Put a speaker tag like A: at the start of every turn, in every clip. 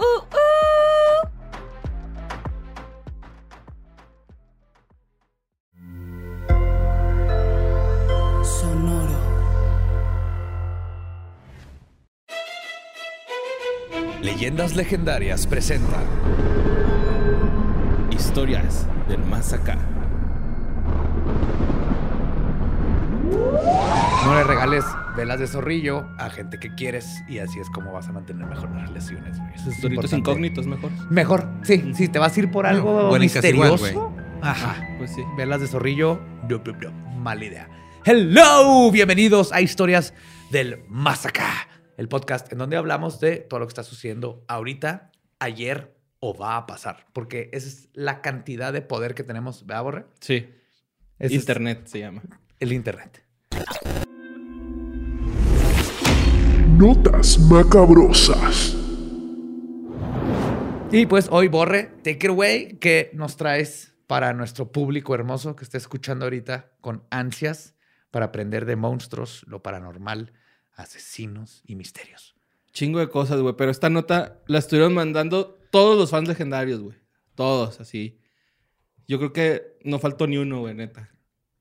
A: Ooh, ooh.
B: Leyendas Legendarias presenta Historias del Más Acá. No le regales velas de zorrillo a gente que quieres y así es como vas a mantener mejor las relaciones. güey. Eso es
C: Doritos
B: importante.
C: incógnitos mejor.
B: Mejor, sí. Si te vas a ir por algo
D: Huelen casi igual,
B: misterioso, ajá.
C: Pues sí.
B: Velas de zorrillo, no, no, no, mala idea. Hello, bienvenidos a Historias del Más Acá, el podcast en donde hablamos de todo lo que está sucediendo ahorita, ayer o va a pasar, porque esa es la cantidad de poder que tenemos, ¿verdad, Borre?
C: Sí.
B: Ese es
C: Internet se llama.
B: el Internet.
E: Notas macabrosas.
B: Y pues hoy, Borre, take it away, que nos traes para nuestro público hermoso que está escuchando ahorita con ansias para aprender de monstruos, lo paranormal, asesinos y misterios.
C: Chingo de cosas, güey. Pero esta nota la estuvieron mandando todos los fans legendarios, güey. Todos, así. Yo creo que no faltó ni uno, güey, neta.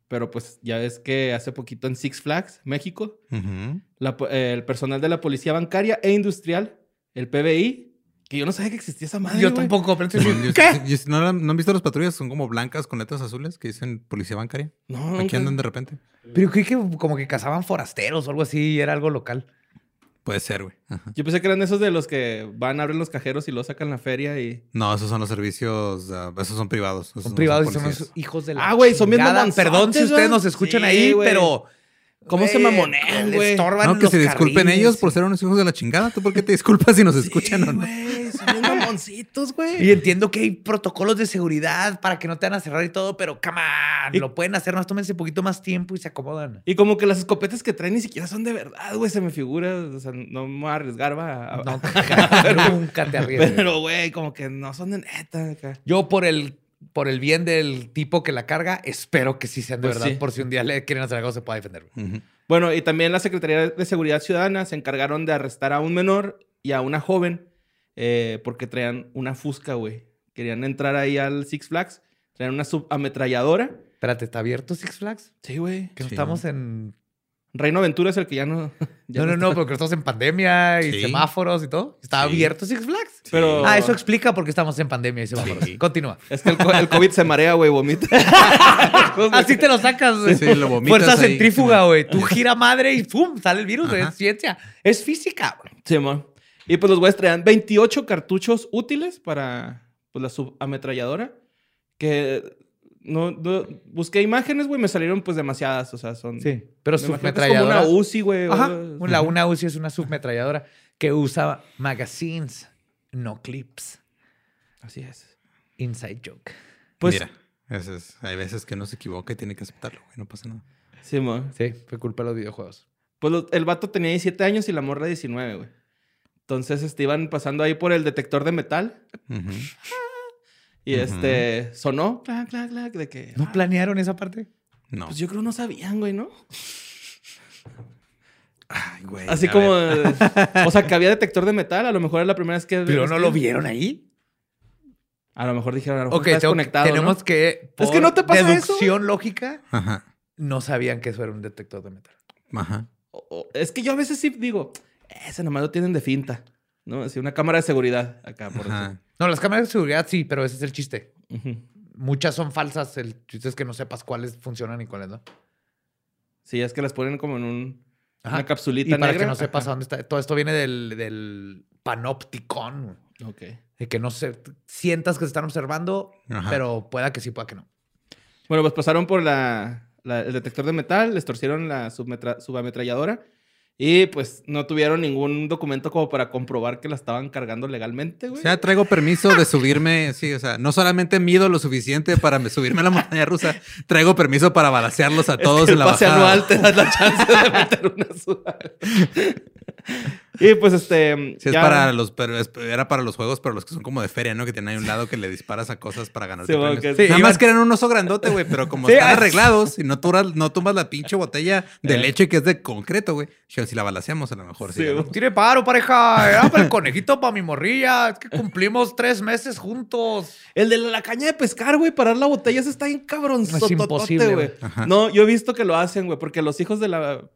C: Pero pues ya ves que hace poquito en Six Flags, México,
D: Ujú.
C: la po- eh, el personal de la Policía Bancaria e Industrial, el PBI, que yo no sabía que existía esa madre.
B: Yo
C: güey.
B: tampoco, pero entonces-
D: Yo-
B: ¿Qué?
D: yo- ¿no, la- no han visto las patrullas? Son como blancas con letras azules que dicen policía bancaria.
C: No,
D: Aquí
C: nunca.
D: andan de repente.
B: Pero creí que como que cazaban forasteros o algo así y era algo local.
D: Puede ser, güey. Ajá.
C: Yo pensé que eran esos de los que van, abren los cajeros y lo sacan la feria y.
D: No, esos son los servicios, ah, esos son privados. esos
B: Son
D: no
B: privados y son
D: policías.
B: unos hijos de la
C: Ah, güey, son bien
B: chingada.
C: mamonzotes,
B: Perdón si ustedes
C: güey.
B: nos escuchan
C: Sí,
B: ahí,
C: güey.
B: pero...
C: ¿Cómo se
B: güey,
C: mamonean,
B: le
C: güey?
B: estorban
D: No, que
B: los
D: se disculpen
B: carriles.
D: ellos por ser unos hijos de la chingada. ¿Tú por qué te disculpas si nos escuchan o no?
C: Güey, son bien mamoncitos, güey.
B: Y entiendo que hay protocolos de seguridad para que no te van a cerrar y todo, pero come on,
C: Y-
B: lo pueden hacer, nos tómense un poquito más tiempo y se acomodan.
C: Y como que las escopetas que traen ni siquiera son de verdad, güey. Se me figura. O sea, no me voy a arriesgar, va. a-
B: No, nunca, nunca te arriesgues.
C: Pero, güey, como que no son de neta. acá.
B: Yo por el, por el bien del tipo que la carga, espero que sí sean de
C: Pues
B: verdad,
C: sí.
B: por si un día le quieren hacer algo se pueda defender. güey.
D: Ujú.
C: Bueno, y también la Secretaría de Seguridad Ciudadana se encargaron de arrestar a un menor y a una joven eh, porque traían una fusca, güey. Querían entrar ahí al Six Flags. Traían una subametralladora.
B: Espérate, ¿está abierto Six Flags?
C: Sí, güey.
B: Que no
D: Sí.
B: estamos en...
C: Reino Aventura es el que ya no. ya
B: no, no, no, porque estamos en pandemia y
D: Sí.
B: semáforos y todo. ¿Está
D: Sí.
B: abierto Six Flags?
C: Pero-
B: Ah, eso explica por qué estamos en pandemia y semáforos. Continúa.
C: Es que el, co- el COVID se marea, güey, vomita.
B: Así te Pues, lo sacas. güey.
D: Sí, lo vomitas
B: Fuerza
D: ahí.
B: centrífuga, güey. Tú gira madre y ¡pum! Sale el virus. güey.
D: Ajá.
B: Es ciencia. Es física, güey.
C: Sí, mo. Y pues los güeyes traían 28 cartuchos útiles para pues, la subametralladora. Que no, no- busqué imágenes, güey, me salieron pues demasiadas. O sea, son.
B: Pero
C: me imagino que es como
B: submetralladora.
C: una UCI, güey. o-
B: Ajá. La una UCI es una submetralladora que usa magazines, no clips.
C: Así es.
B: Inside joke.
C: Pues,
D: Mira, ese es- hay veces que no se equivoca y tiene que aceptarlo, güey. No pasa nada.
C: sí, mo.
B: Sí, fue culpa de los videojuegos.
C: Pues lo- el vato tenía 17 años y la morra 19, güey. Entonces este, iban pasando ahí por el detector de metal
B: Pues
D: Ujú.
C: y
D: Ujú.
C: este sonó, clac, clac, clac, de que.
B: ¿No
C: ah,
B: planearon esa parte?
D: No.
C: pues yo creo no sabían, güey, ¿no?
D: Ay, güey,
C: Así
D: a
C: como. eh,
D: ver.
C: o sea, que había detector de metal. A lo mejor era la primera vez que.
B: ¿Pero no lo vieron ahí?
C: A lo mejor dijeron. A lo mejor
B: Ok,
C: estás
B: tengo-
C: conectado.
B: tenemos
C: ¿no?
B: que...
C: Es que
B: por
C: no te pasa eso,
B: Deducción lógica.
D: Ajá.
B: No sabían que eso era un detector de metal.
D: Ajá.
C: O- o- es que yo a veces sí digo. Ese nomás lo tienen de finta. ¿No? Así una cámara de seguridad acá, por
D: Ajá.
B: No, las cámaras de seguridad sí, pero ese es el chiste.
C: decir. Ujú.
B: Muchas son falsas. El chiste es que no sepas cuáles funcionan y cuáles no.
C: Sí, es que las ponen como en un, una
B: Ajá.
C: capsulita
B: Y para
C: negra.
B: que no sepas a
C: Ajá.
B: dónde está. Todo esto viene del, del panopticon.
C: Ok.
B: De que no se, sientas que se están observando,
D: Ajá.
B: pero pueda que sí, pueda que no.
C: Bueno, pues pasaron por la, la- el detector de metal, les torcieron la submetra- subametralladora Y pues no tuvieron ningún documento como para comprobar que la estaban cargando legalmente,
D: O
C: güey.
D: sea, traigo permiso de subirme, sí, o sea, no solamente mido lo suficiente para me- subirme a la montaña rusa, traigo permiso para balancearlos a todos
C: Es que
D: en la
C: el pase
D: bajada.
C: anual te das la chance de meter una sudada. y pues este.
D: Sí, es
C: ya-
D: para los, pero es- era para los juegos, pero los que son como de feria, ¿no? Que tienen ahí un lado que le disparas a cosas para ganar.
C: Sí, bueno, que- Sí,
D: Nada
C: iban-
D: más que eran un oso grandote, güey, pero como
C: Sí,
D: están
C: ah,
D: arreglados y no, turas- no tomas la pinche botella de
C: Eh.
D: leche que es de concreto, güey. Yo, Si la balaseamos, a lo mejor sí.
C: Sí,
D: ganamos.
B: Tire paro, pareja. Era para el conejito, para mi morrilla. Es que cumplimos tres meses juntos.
C: El de la caña de pescar, güey, parar la botella, eso está bien cabronzototote,
B: Es imposible,
C: güey.
B: güey.
D: Ajá.
C: No, yo he visto que lo hacen, güey, porque los hijos de la.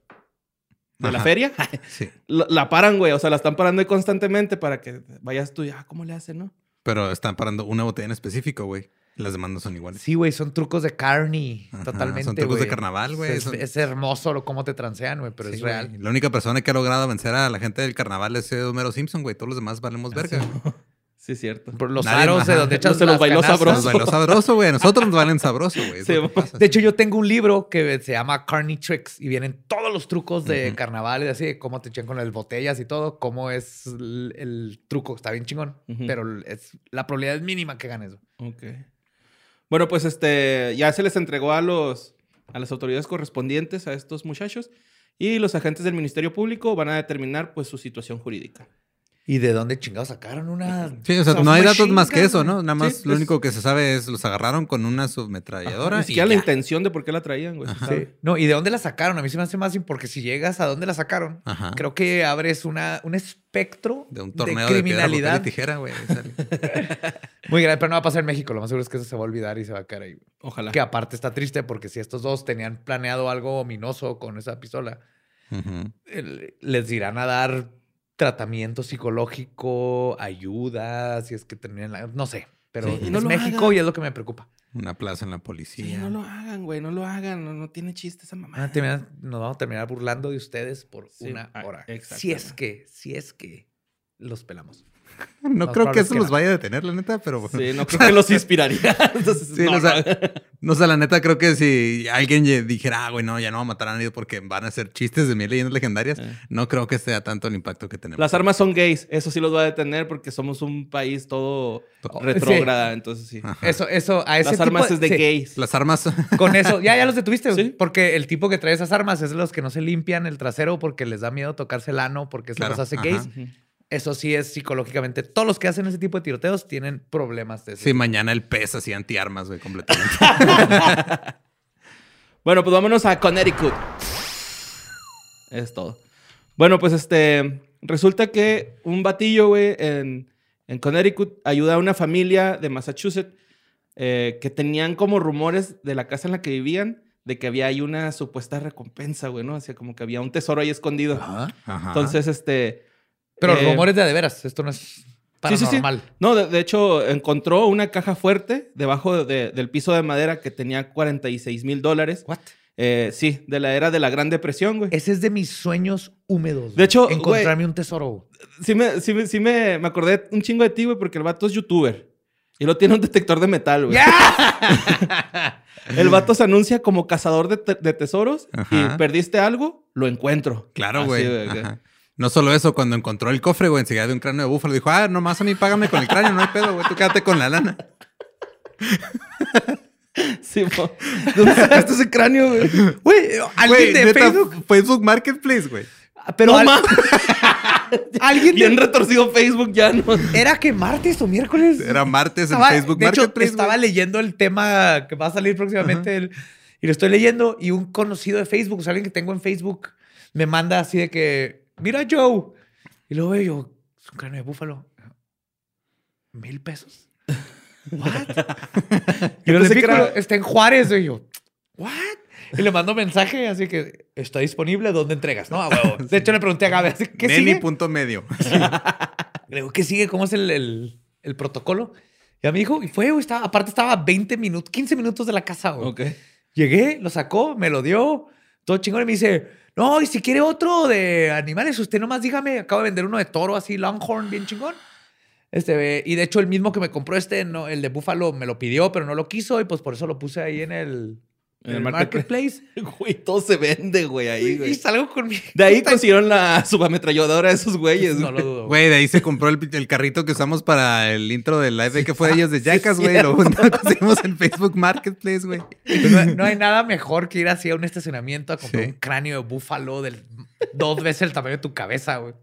C: De la
D: Ajá.
C: feria,
D: Sí.
C: la, la paran, güey. O sea, la están parando ahí constantemente para que vayas tú y, ah, ¿cómo le hacen, no?
D: Pero están parando una botella en específico, güey. Las demandas son iguales.
B: Sí, güey, son trucos de carny.
D: Ajá,
B: totalmente.
D: son trucos de
B: güey.
D: carnaval, güey,
B: Es,
D: son-
B: es hermoso lo, cómo te transean, güey, pero
D: Sí,
B: es real.
D: güey. La única persona que ha logrado vencer a la gente del carnaval es eh, Homero Simpson, güey. Todos los demás valemos verga.
C: Sí, es cierto.
B: Por los
D: Nadie
B: aros
D: más.
B: de donde
C: No
B: echas
C: se los
B: las
C: bailó
B: canastas.
D: Nos bailó sabroso, güey. A Nosotros nos valen sabroso, güey. Es
C: Sí,
D: lo
C: güey.
D: que pasa.
B: De hecho, yo tengo un libro que se llama Carney Tricks y vienen todos los trucos de
D: Ujú.
B: carnaval y así, de cómo te echan con las botellas y todo, cómo es el, el truco. Está bien chingón,
C: Ujú.
B: pero es, la probabilidad es mínima que ganes. güey.
C: Ok. Bueno, pues este, ya se les entregó a los a las autoridades correspondientes a estos muchachos y los agentes del Ministerio Público van a determinar pues su situación jurídica.
B: ¿Y de dónde chingados sacaron una?
D: Sí, o sea,
C: Son
D: no hay datos
C: machine
D: más que
C: gun,
D: eso, ¿no?
C: güey.
D: Nada más
C: Sí,
D: lo
C: es-
D: único que se sabe es los agarraron con una
C: Ahora,
D: submetralladora.
C: Ni
D: y
C: siquiera la
D: ya.
C: intención de por qué la traían, güey.
D: Ajá.
C: ¿sabes?
B: No, ¿y de dónde la sacaron? A mí se me hace más im- porque si llegas a dónde la sacaron,
D: Ajá.
B: creo que abres una, un espectro
D: Ah. de un torneo de, criminalidad.
B: criminalidad
D: y tijera, güey. ahí sale.
B: muy grande, pero no va a pasar en México. Lo más seguro es que eso se va a olvidar y se va a caer ahí. güey.
C: Ojalá.
B: Que aparte está triste porque si estos dos tenían planeado algo ominoso con esa pistola,
D: Ujú.
B: el- les dirán a dar tratamiento psicológico, ayuda, si es que terminan la- No sé, pero
C: Sí,
B: es
C: no lo
B: México
C: hagan.
B: y es lo que me preocupa.
D: Una plaza en la
C: Sí,
D: policía.
C: no lo hagan, güey, no lo hagan, no, no tiene chiste esa
B: Van
D: Ah,
C: mamá.
B: a terminar- Ah, nos vamos a terminar burlando de ustedes por
C: Sí,
B: una
C: ah,
B: hora. Si
C: exactamente.
B: es que, si es que los pelamos.
D: No
B: Más
D: creo
B: probable
D: que
B: es
D: eso
B: que
D: los
B: no.
D: vaya a detener, la neta, pero bueno.
C: Sí, no creo que los inspiraría. Entonces,
D: Sí,
C: no,
D: o sea,
C: no.
D: no sé, la neta, creo que si alguien ye- dijera, ah, güey, no, ya no va a matar a nadie porque van a hacer chistes de mil leyendas legendarias,
C: Eh.
D: no creo que sea tanto el impacto que tenemos.
C: Las armas son gays, eso sí los va a detener porque somos un país todo
D: To- Ah.
C: retrógrada, entonces sí.
D: Ajá.
B: Eso, eso, a ese
C: Las
B: tipo
C: armas es de
B: sí,
C: gays.
D: Las armas.
B: Con eso, ya, ya los detuviste, güey,
C: Sí.
B: porque el tipo que trae esas armas es los que no se limpian el trasero porque les da miedo tocarse el ano, porque eso
D: Claro,
B: los hace
D: ajá.
B: gays.
C: Ujú.
B: Eso sí es psicológicamente. Todos los que hacen ese tipo de tiroteos tienen problemas de ese
D: Sí, mañana el pez así antiarmas, güey, completamente.
C: Bueno, pues vámonos a Connecticut. Es todo. Bueno, pues este. Resulta que un batillo, güey, en, en Connecticut ayuda a una familia de Massachusetts eh, que tenían como rumores de la casa en la que vivían de que había ahí una supuesta recompensa, güey, ¿no? O sea, como que había un tesoro ahí escondido.
D: Ajá.
C: Entonces, este.
B: Pero
C: eh,
B: rumores de a de veras. Esto no es
C: Sí, sí, sí.
B: paranormal.
C: No, de, de hecho, encontró una caja fuerte debajo de- del piso de madera que tenía 46 mil dólares.
B: What?
C: Eh, sí, de la era de la Gran Depresión, güey.
B: Ese es de mis sueños húmedos.
C: De
B: güey.
C: hecho,
B: encontrarme un tesoro.
C: Sí, me, sí, me- sí me, me acordé un chingo de ti, güey, porque el vato es youtuber. Y lo tiene un detector de metal, güey. El vato se anuncia como cazador de, te- de tesoros
D: Ajá.
C: y perdiste algo, lo encuentro.
D: Claro,
C: Así,
D: güey.
C: que-
D: Ajá. No solo eso, cuando encontró el cofre, güey, enseguida de un cráneo de búfalo, dijo, ah, nomás a mí págame con el cráneo, no hay pedo, güey, tú quédate con la lana.
C: Sí, mo. ¿Dónde sacaste ese cráneo, güey?
B: Güey,
D: Güey, neta, Facebook Marketplace, güey.
B: Pero
C: No
B: al-
C: mames.
B: alguien. de-
C: Bien retorcido Facebook ya, ¿no?
B: ¿Era que martes o miércoles?
D: Era martes en
B: Estaba-
D: Facebook
B: de hecho,
D: Marketplace.
B: estaba
D: güey.
B: leyendo el tema que va a salir próximamente el- y lo estoy leyendo y un conocido de Facebook, o sea, alguien que tengo en Facebook, me manda así de que, mira Joe. Y luego veo yo, es un cráneo de búfalo. ¿Mil pesos? ¿What? y luego le
C: pensé que
B: pico,
C: era-
B: está en Juárez. Y yo, ¿what? Y le mando mensaje, así que, ¿está disponible? ¿Dónde entregas? No, a huevo. De hecho, le pregunté a Gabe, así, ¿qué
D: Neni
B: sigue?
D: punto medio.
B: Le digo, ¿qué sigue? ¿Cómo es el, el- el protocolo? Ya me dijo, y fue, güey, estaba, aparte estaba a 20 minutos, 15 minutos de la casa, güey.
C: Ok.
B: Llegué, lo sacó, me lo dio, todo chingón, y me dice, no, y si quiere otro de animales, usted nomás dígame, acabo de vender uno de toro así, longhorn, bien chingón. Este, eh, y de hecho, el mismo que me compró este, no, el de búfalo, me lo pidió, pero no lo quiso, y pues por eso lo puse ahí en el,
C: En En el
B: marketplace.
F: Güey, todo se vende, güey, ahí,
B: Y
F: güey.
B: salgo con mi.
F: De ahí consiguieron la subametralladora de esos güeyes.
B: No lo
F: güey.
B: dudo.
D: Güey, de ahí se compró el, el carrito que usamos para el intro del live de que fue de ellos de Jackas, güey. Lo lo conseguimos en Facebook Marketplace, güey.
B: Pues No, no hay nada mejor que ir hacia un estacionamiento a comprar
D: Sí.
B: un cráneo de búfalo del dos veces el tamaño de tu cabeza, güey.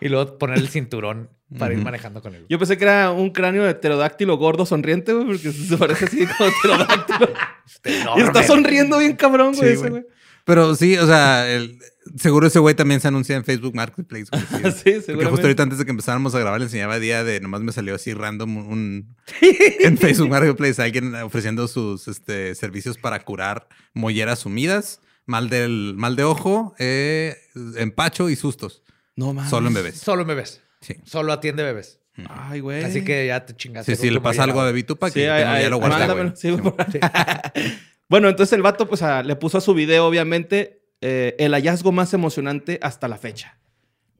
B: Y luego poner el cinturón para ir
D: Ujú.
B: manejando con él.
C: Yo pensé que era un cráneo de pterodáctilo gordo sonriente, güey, porque se parece así como pterodáctilo.
B: este
C: y está sonriendo bien cabrón, güey,
D: Sí,
C: ese,
D: güey.
C: güey.
D: Pero sí, o sea, el- seguro ese güey también se anuncia en Facebook Marketplace, güey.
C: Sí,
D: Porque
C: seguramente.
D: justo ahorita antes de que empezáramos a grabar le enseñaba día de nomás me salió así random un, un- en Facebook Marketplace alguien ofreciendo sus este, servicios para curar molleras humidas, mal del mal de ojo, eh, empacho y sustos,
C: No mames.
D: solo en bebés.
B: Solo bebés.
D: Sí.
B: Solo atiende bebés.
C: Ay, güey.
B: Así que ya te chingaste.
D: Eh. Sí, sí, le pasa algo a Bebitupa que
C: Sí, ay,
D: tengo-
C: ay,
D: ya lo guardé,
C: mándamelo.
D: güey.
C: Sí, por- bueno, entonces el vato pues, ah, le puso a su video, obviamente, eh, el hallazgo más emocionante hasta la fecha.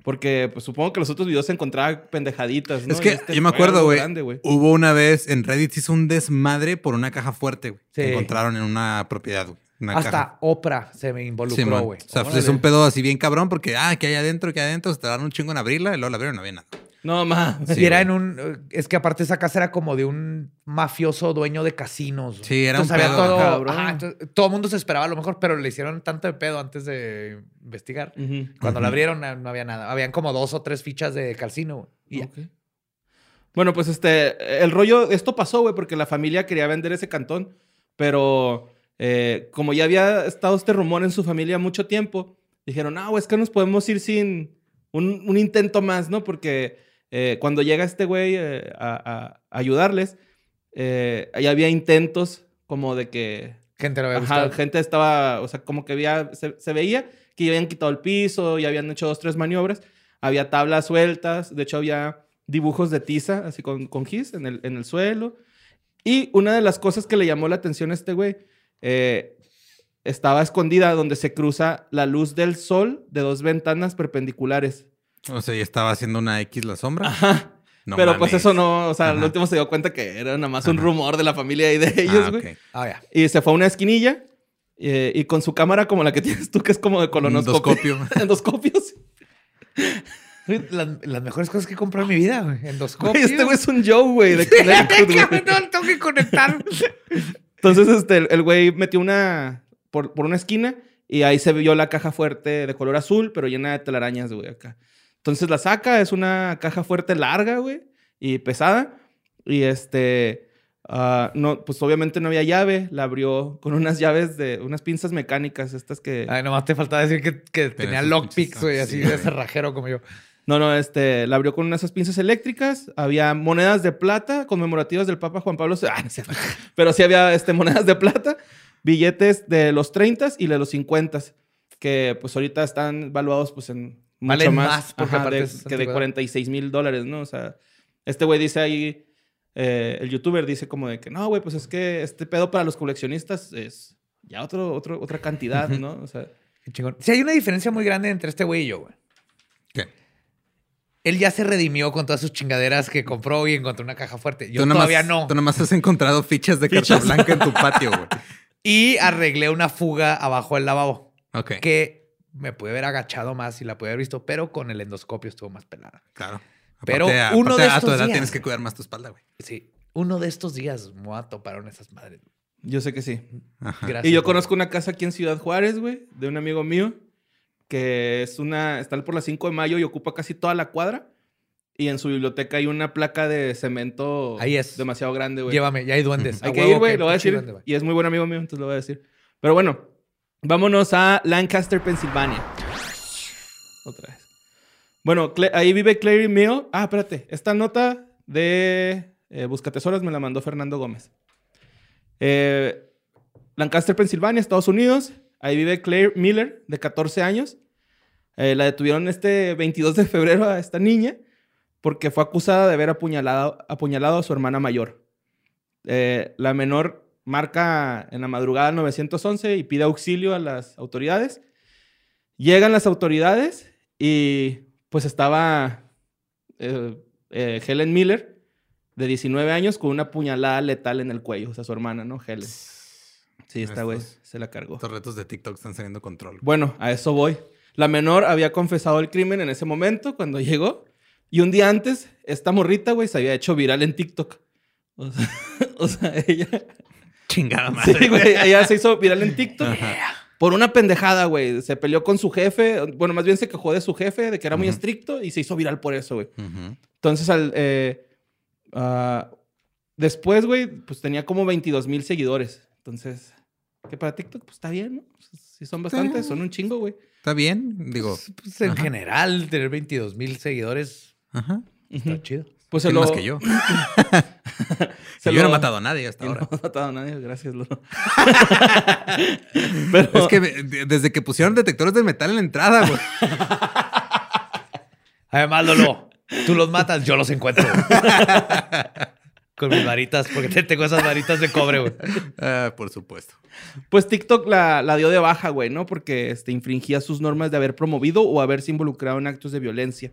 C: Porque pues, supongo que los otros videos se encontraban pendejaditas, ¿no?
D: es
C: Y
D: que
C: este
D: yo me
C: fue
D: acuerdo,
C: algo
D: güey.
C: grande, güey.
D: Hubo una vez en Reddit se hizo un desmadre por una caja fuerte, güey. que
B: Sí.
D: encontraron en una propiedad, güey. Una caja.
B: Hasta Oprah se me involucró,
D: Simón.
B: güey.
D: o sea, pues, es un pedo así bien cabrón porque, ah, que hay adentro, que hay adentro, se tardaron un chingo en abrirla y luego la abrieron y no había nada.
C: No mames.
D: Sí,
B: y era
D: güey.
B: en un. eh, Es que aparte esa casa era como de un mafioso dueño de casinos. güey.
D: Sí, era un
B: había
D: pedo,
B: todo,
C: cabrón.
B: ajá, entonces, todo el mundo se esperaba a lo mejor, pero le hicieron tanto de pedo antes de investigar.
C: Ujú.
B: Cuando la
D: Ujú.
B: abrieron no no había nada. Habían como dos o tres fichas de calcino. güey. Y ya.
C: Ok. Bueno, pues este, el rollo, esto pasó, güey, porque la familia quería vender ese cantón, pero eh, como ya había estado este rumor en su familia mucho tiempo, dijeron, no, es que nos podemos ir sin un, un intento más, ¿no? Porque eh, cuando llega este güey eh, a, a ayudarles, eh, ya había intentos como de que
B: Gente lo había
C: Ajá,
B: buscado.
C: gente estaba, o sea, como que había, se, se veía que ya habían quitado el piso, ya habían hecho dos, tres maniobras, había tablas sueltas, de hecho había dibujos de tiza, así con, con gis en el, en el suelo. Y una de las cosas que le llamó la atención a este güey, eh, estaba escondida donde se cruza la luz del sol de dos ventanas perpendiculares.
D: O sea, ya estaba haciendo una X la sombra.
C: Ajá.
D: No
C: Pero pues
D: mames. Ah,
C: eso no, o sea, al
D: Ajá.
C: último se dio cuenta que era nada más un
D: Ajá.
C: rumor de la familia y de ellos,
D: Ah,
C: güey.
D: ok.
B: Ah, ya.
C: Y se fue a una esquinilla eh, y con su cámara como la que tienes tú, que es como de colonoscopio.
D: Endoscopio.
C: Endoscopios.
B: Las, las mejores cosas que he comprado en mi vida, güey. Endoscopio.
C: Güey, este güey es un Joe, güey. de Connecticut, güey.
B: Cabrón, no, tengo que conectar.
C: Entonces, este, el- el güey metió una... Por, por una esquina y ahí se vio la caja fuerte de color azul, pero llena de telarañas, güey, acá. Entonces la saca, es una caja fuerte larga, güey, y pesada. Y este... ah, no, pues obviamente no había llave, la abrió con unas llaves de unas pinzas mecánicas, estas que...
B: Ay, nomás te faltaba decir que, que tenía
D: sus
B: lockpicks,
D: pinches-
B: güey,
D: ah,
B: así
D: sí,
B: de
D: güey.
B: cerrajero como yo.
C: No, no, este, la abrió con unas pinzas eléctricas, había monedas de plata conmemorativas del Papa Juan Pablo II, ah, no sé, pero sí había este, monedas de plata, billetes de los 30 y de los 50, que pues ahorita están valuados pues en mucho
B: Valen
C: más,
B: más, porque
C: ajá,
B: aparte
C: de-
B: es
C: que de
B: antigüedad.
C: 46 mil dólares, ¿no? O sea, este güey dice ahí, eh, el youtuber dice como de que, no, güey, pues es que este pedo para los coleccionistas es ya otro, otro, otra cantidad, ¿no? O sea,
B: Qué chingón. Sí, hay una diferencia muy grande entre este güey y yo, güey.
D: ¿Qué?
B: Él ya se redimió con todas sus chingaderas que compró y encontró una caja fuerte. Yo
D: Tú nomás-
B: todavía no.
D: Tú nomás has encontrado fichas de carta blanca en tu patio, güey.
B: Y arreglé una fuga abajo del lavabo
D: Ok.
B: que me pude haber agachado más y la pude haber visto, pero con el endoscopio estuvo más pelada.
D: Claro.
B: Pero
D: Aparte,
B: uno
D: aparte,
B: de
D: a tu
B: estos
D: edad
B: días.
D: tienes que cuidar más tu espalda, güey.
B: Sí, uno de estos días me voy a topar con esas madres.
C: yo sé que sí.
D: Ajá.
B: Gracias.
C: Y yo
B: güey.
C: conozco una casa aquí en Ciudad Juárez, güey, de un amigo mío, que es una, está por la 5 de mayo y ocupa casi toda la cuadra. Y en su biblioteca hay una placa de cemento
B: Ahí es.
C: demasiado grande, güey.
B: Llévame, ya hay duendes.
C: Hay
B: A
C: que
B: huevo
C: ir, güey, lo voy a
B: pinche
C: decir.
B: duende, güey.
C: y es muy buen amigo mío, entonces lo voy a decir. Pero bueno, vámonos a Lancaster, Pensilvania. Otra vez. Bueno, Cle- ahí vive Clary Mill. Ah, espérate. Esta nota de eh, Buscatesoras me la mandó Fernando Gómez. Eh, Lancaster, Pensilvania, Estados Unidos. Ahí vive Claire Miller, de 14 años. Eh, la detuvieron este 22 de febrero a esta niña porque fue acusada de haber apuñalado, apuñalado a su hermana mayor. Eh, la menor marca en la madrugada al 911 y pide auxilio a las autoridades. Llegan las autoridades y pues estaba eh, eh, Helen Miller de 19 años con una puñalada letal en el cuello, o sea, su hermana, ¿no? Helen. Sí,
G: Esta güey
D: Estos-
G: se la cargó.
D: Estos retos de TikTok están saliendo de control.
C: Bueno, a eso voy. La menor había confesado el crimen en ese momento cuando llegó. Y un día antes, esta morrita, güey, se había hecho viral en TikTok. O sea, o sea, ella.
D: Chingada madre.
C: Sí, güey, ella se hizo viral en TikTok. Por una pendejada, güey. Se peleó con su jefe. Bueno, más bien se quejó de su jefe, de que era muy estricto, y se hizo viral por eso, güey.
D: Ujú.
C: Entonces, al, eh, ah, después, güey, pues tenía como 22 mil seguidores. Entonces, que para TikTok, pues está bien, ¿no? Si son bastantes, son un chingo, güey.
D: Está bien, digo.
B: Pues, en general, tener 22 mil seguidores
D: Ajá.
B: está chido.
C: Pues
D: Tiene más que yo.
C: se
D: yo no
C: lo-
D: he matado a nadie hasta
C: Y no
D: ahora.
C: ha matado a nadie, gracias, Lolo. Pero
D: Es que me- de- desde que pusieron detectores de metal en la entrada, güey.
B: Además, Lolo, tú los matas, yo los encuentro. güey. Con mis varitas, porque te- tengo esas varitas de cobre, güey.
D: Ah, por supuesto.
C: Pues TikTok la, la dio de baja, güey, ¿no? Porque este, infringía sus normas de haber promovido o haberse involucrado en actos de violencia.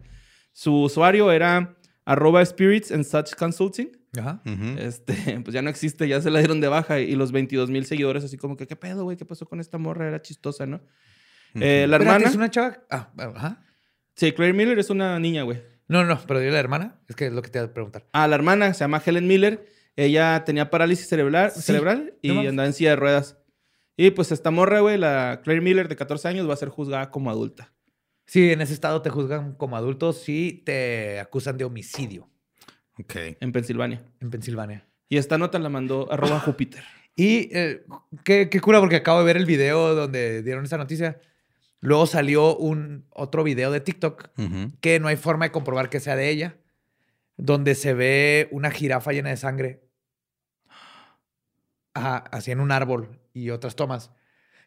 C: Su usuario era arroba spirits and such consulting.
B: Ajá.
H: Mm-hmm.
D: Ujú.
C: Este, pues ya no existe, ya se la dieron de baja. Y los 22 mil seguidores así como que, ¿qué pedo, güey? ¿Qué pasó con esta morra? Era chistosa, ¿no? Eh, la
B: Espérate,
C: hermana...
B: ¿Es una chava? Ah, ajá.
C: Sí, Claire Miller es una niña, güey.
B: No, no, pero dile la hermana. Es que es lo que te iba a preguntar.
C: Ah, la hermana se llama Helen Miller. Ella tenía parálisis cerebral,
B: Sí,
C: cerebral y
B: no mames.
C: andaba en silla de ruedas. Y pues esta morra, güey, la Claire Miller de 14 años va a ser juzgada como adulta.
B: Sí, en ese estado te juzgan como adulto si te acusan de homicidio
D: Ok.
C: en Pensilvania.
B: en Pensilvania.
C: Y esta nota la mandó
B: Ah.
C: arroba Júpiter.
B: Y eh, qué, qué cura, porque acabo de ver el video donde dieron esa noticia. Luego salió un otro video de TikTok
D: Ujú.
B: que no hay forma de comprobar que sea de ella, donde se ve una jirafa llena de sangre. Ajá, así en un árbol y otras tomas.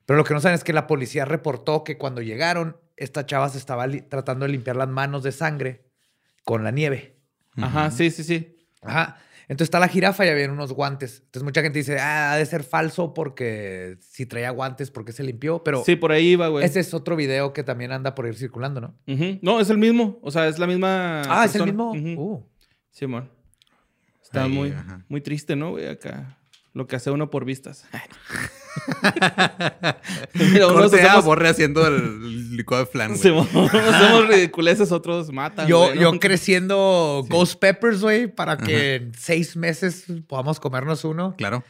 B: Pero lo que no saben es que la policía reportó que cuando llegaron, esta chava se estaba li- tratando de limpiar las manos de sangre con la nieve.
C: Ajá, sí, sí, sí.
B: Ajá. Entonces está la jirafa y había unos guantes. Entonces mucha gente dice, ah, ha de ser falso porque si traía guantes, porque se limpió. Pero
C: Sí, pues. por ahí iba, güey.
B: ese es otro video que también anda por ir circulando, ¿no?
C: Ujú. No, es el mismo. O sea, es la misma.
B: Ah, es el
C: persona.
B: mismo.
C: Ujú.
B: Uh.
C: Sí, amor. Está
D: Ahí,
C: muy,
D: ajá.
C: muy triste, ¿no, güey? Acá. Lo que hace uno por vistas. Mira, unos
D: Corte a
C: hacemos,
D: Borre haciendo el licuado de flan, güey.
C: hacemos- hacemos ridiculeces, otros matan.
B: Yo,
C: güey, ¿no?
B: yo creciendo Ghost Peppers, güey, para que en seis meses podamos comernos uno
D: Claro.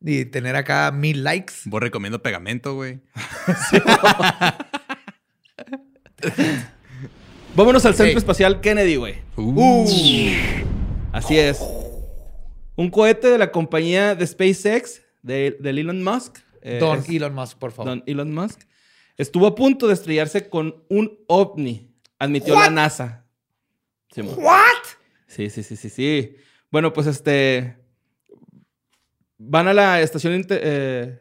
B: y tener acá mil likes.
D: Borre comiendo pegamento, güey.
C: Vámonos al Centro
B: Ey.
C: Espacial Kennedy, güey.
D: Uh.
C: Así es. Un cohete de la compañía de SpaceX, de, del Elon Musk. eh,
B: Don
C: es-
B: Elon Musk, por favor.
C: Don Elon Musk. Estuvo a punto de estrellarse con un ovni, admitió la NASA. Sí, mo- Sí, sí, sí, sí, sí. Bueno, pues este... Van a la estación inter- eh,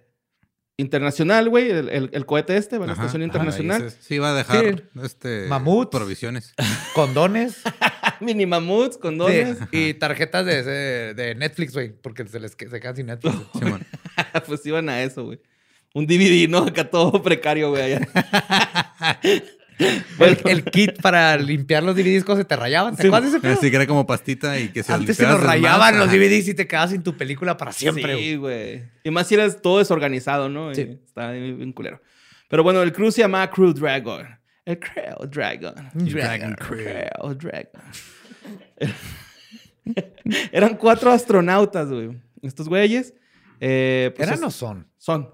C: internacional, güey, el, el- el cohete este, va a la
D: Ajá,
C: estación
D: ajá,
C: internacional.
D: ahí se- Sí, va a dejar
B: Sí.
D: este,
B: Mamuts.
D: provisiones.
B: Condones
C: Mini mamuts, condones.
B: de- y tarjetas de, de- de Netflix, güey, porque se les que- se quedan sin Netflix. güey.
D: Simón.
C: pues iban a eso, güey. Un DVD, ¿no? Acá todo precario, güey. allá.
B: El, el kit para limpiar los DVDs cuando se te rayaban. ¿Te acuerdas
C: pues,
B: de ese pedo?
D: Así que era como pastita y que se
B: Antes se nos rayaban los DVDs y te quedabas sin tu película para siempre. güey.
C: Sí, güey. Y más si eras todo desorganizado, ¿no?
B: Sí.
C: Eh, Estaba bien bien culero. Pero bueno, el crew se llamaba Crew Dragon. El Crew Dragon.
D: Dragon Crew.
C: Crew Dragon. Eran cuatro astronautas, güey. Estos güeyes. eh, pues,
B: ¿Eran
C: es-
B: o son?
C: Son.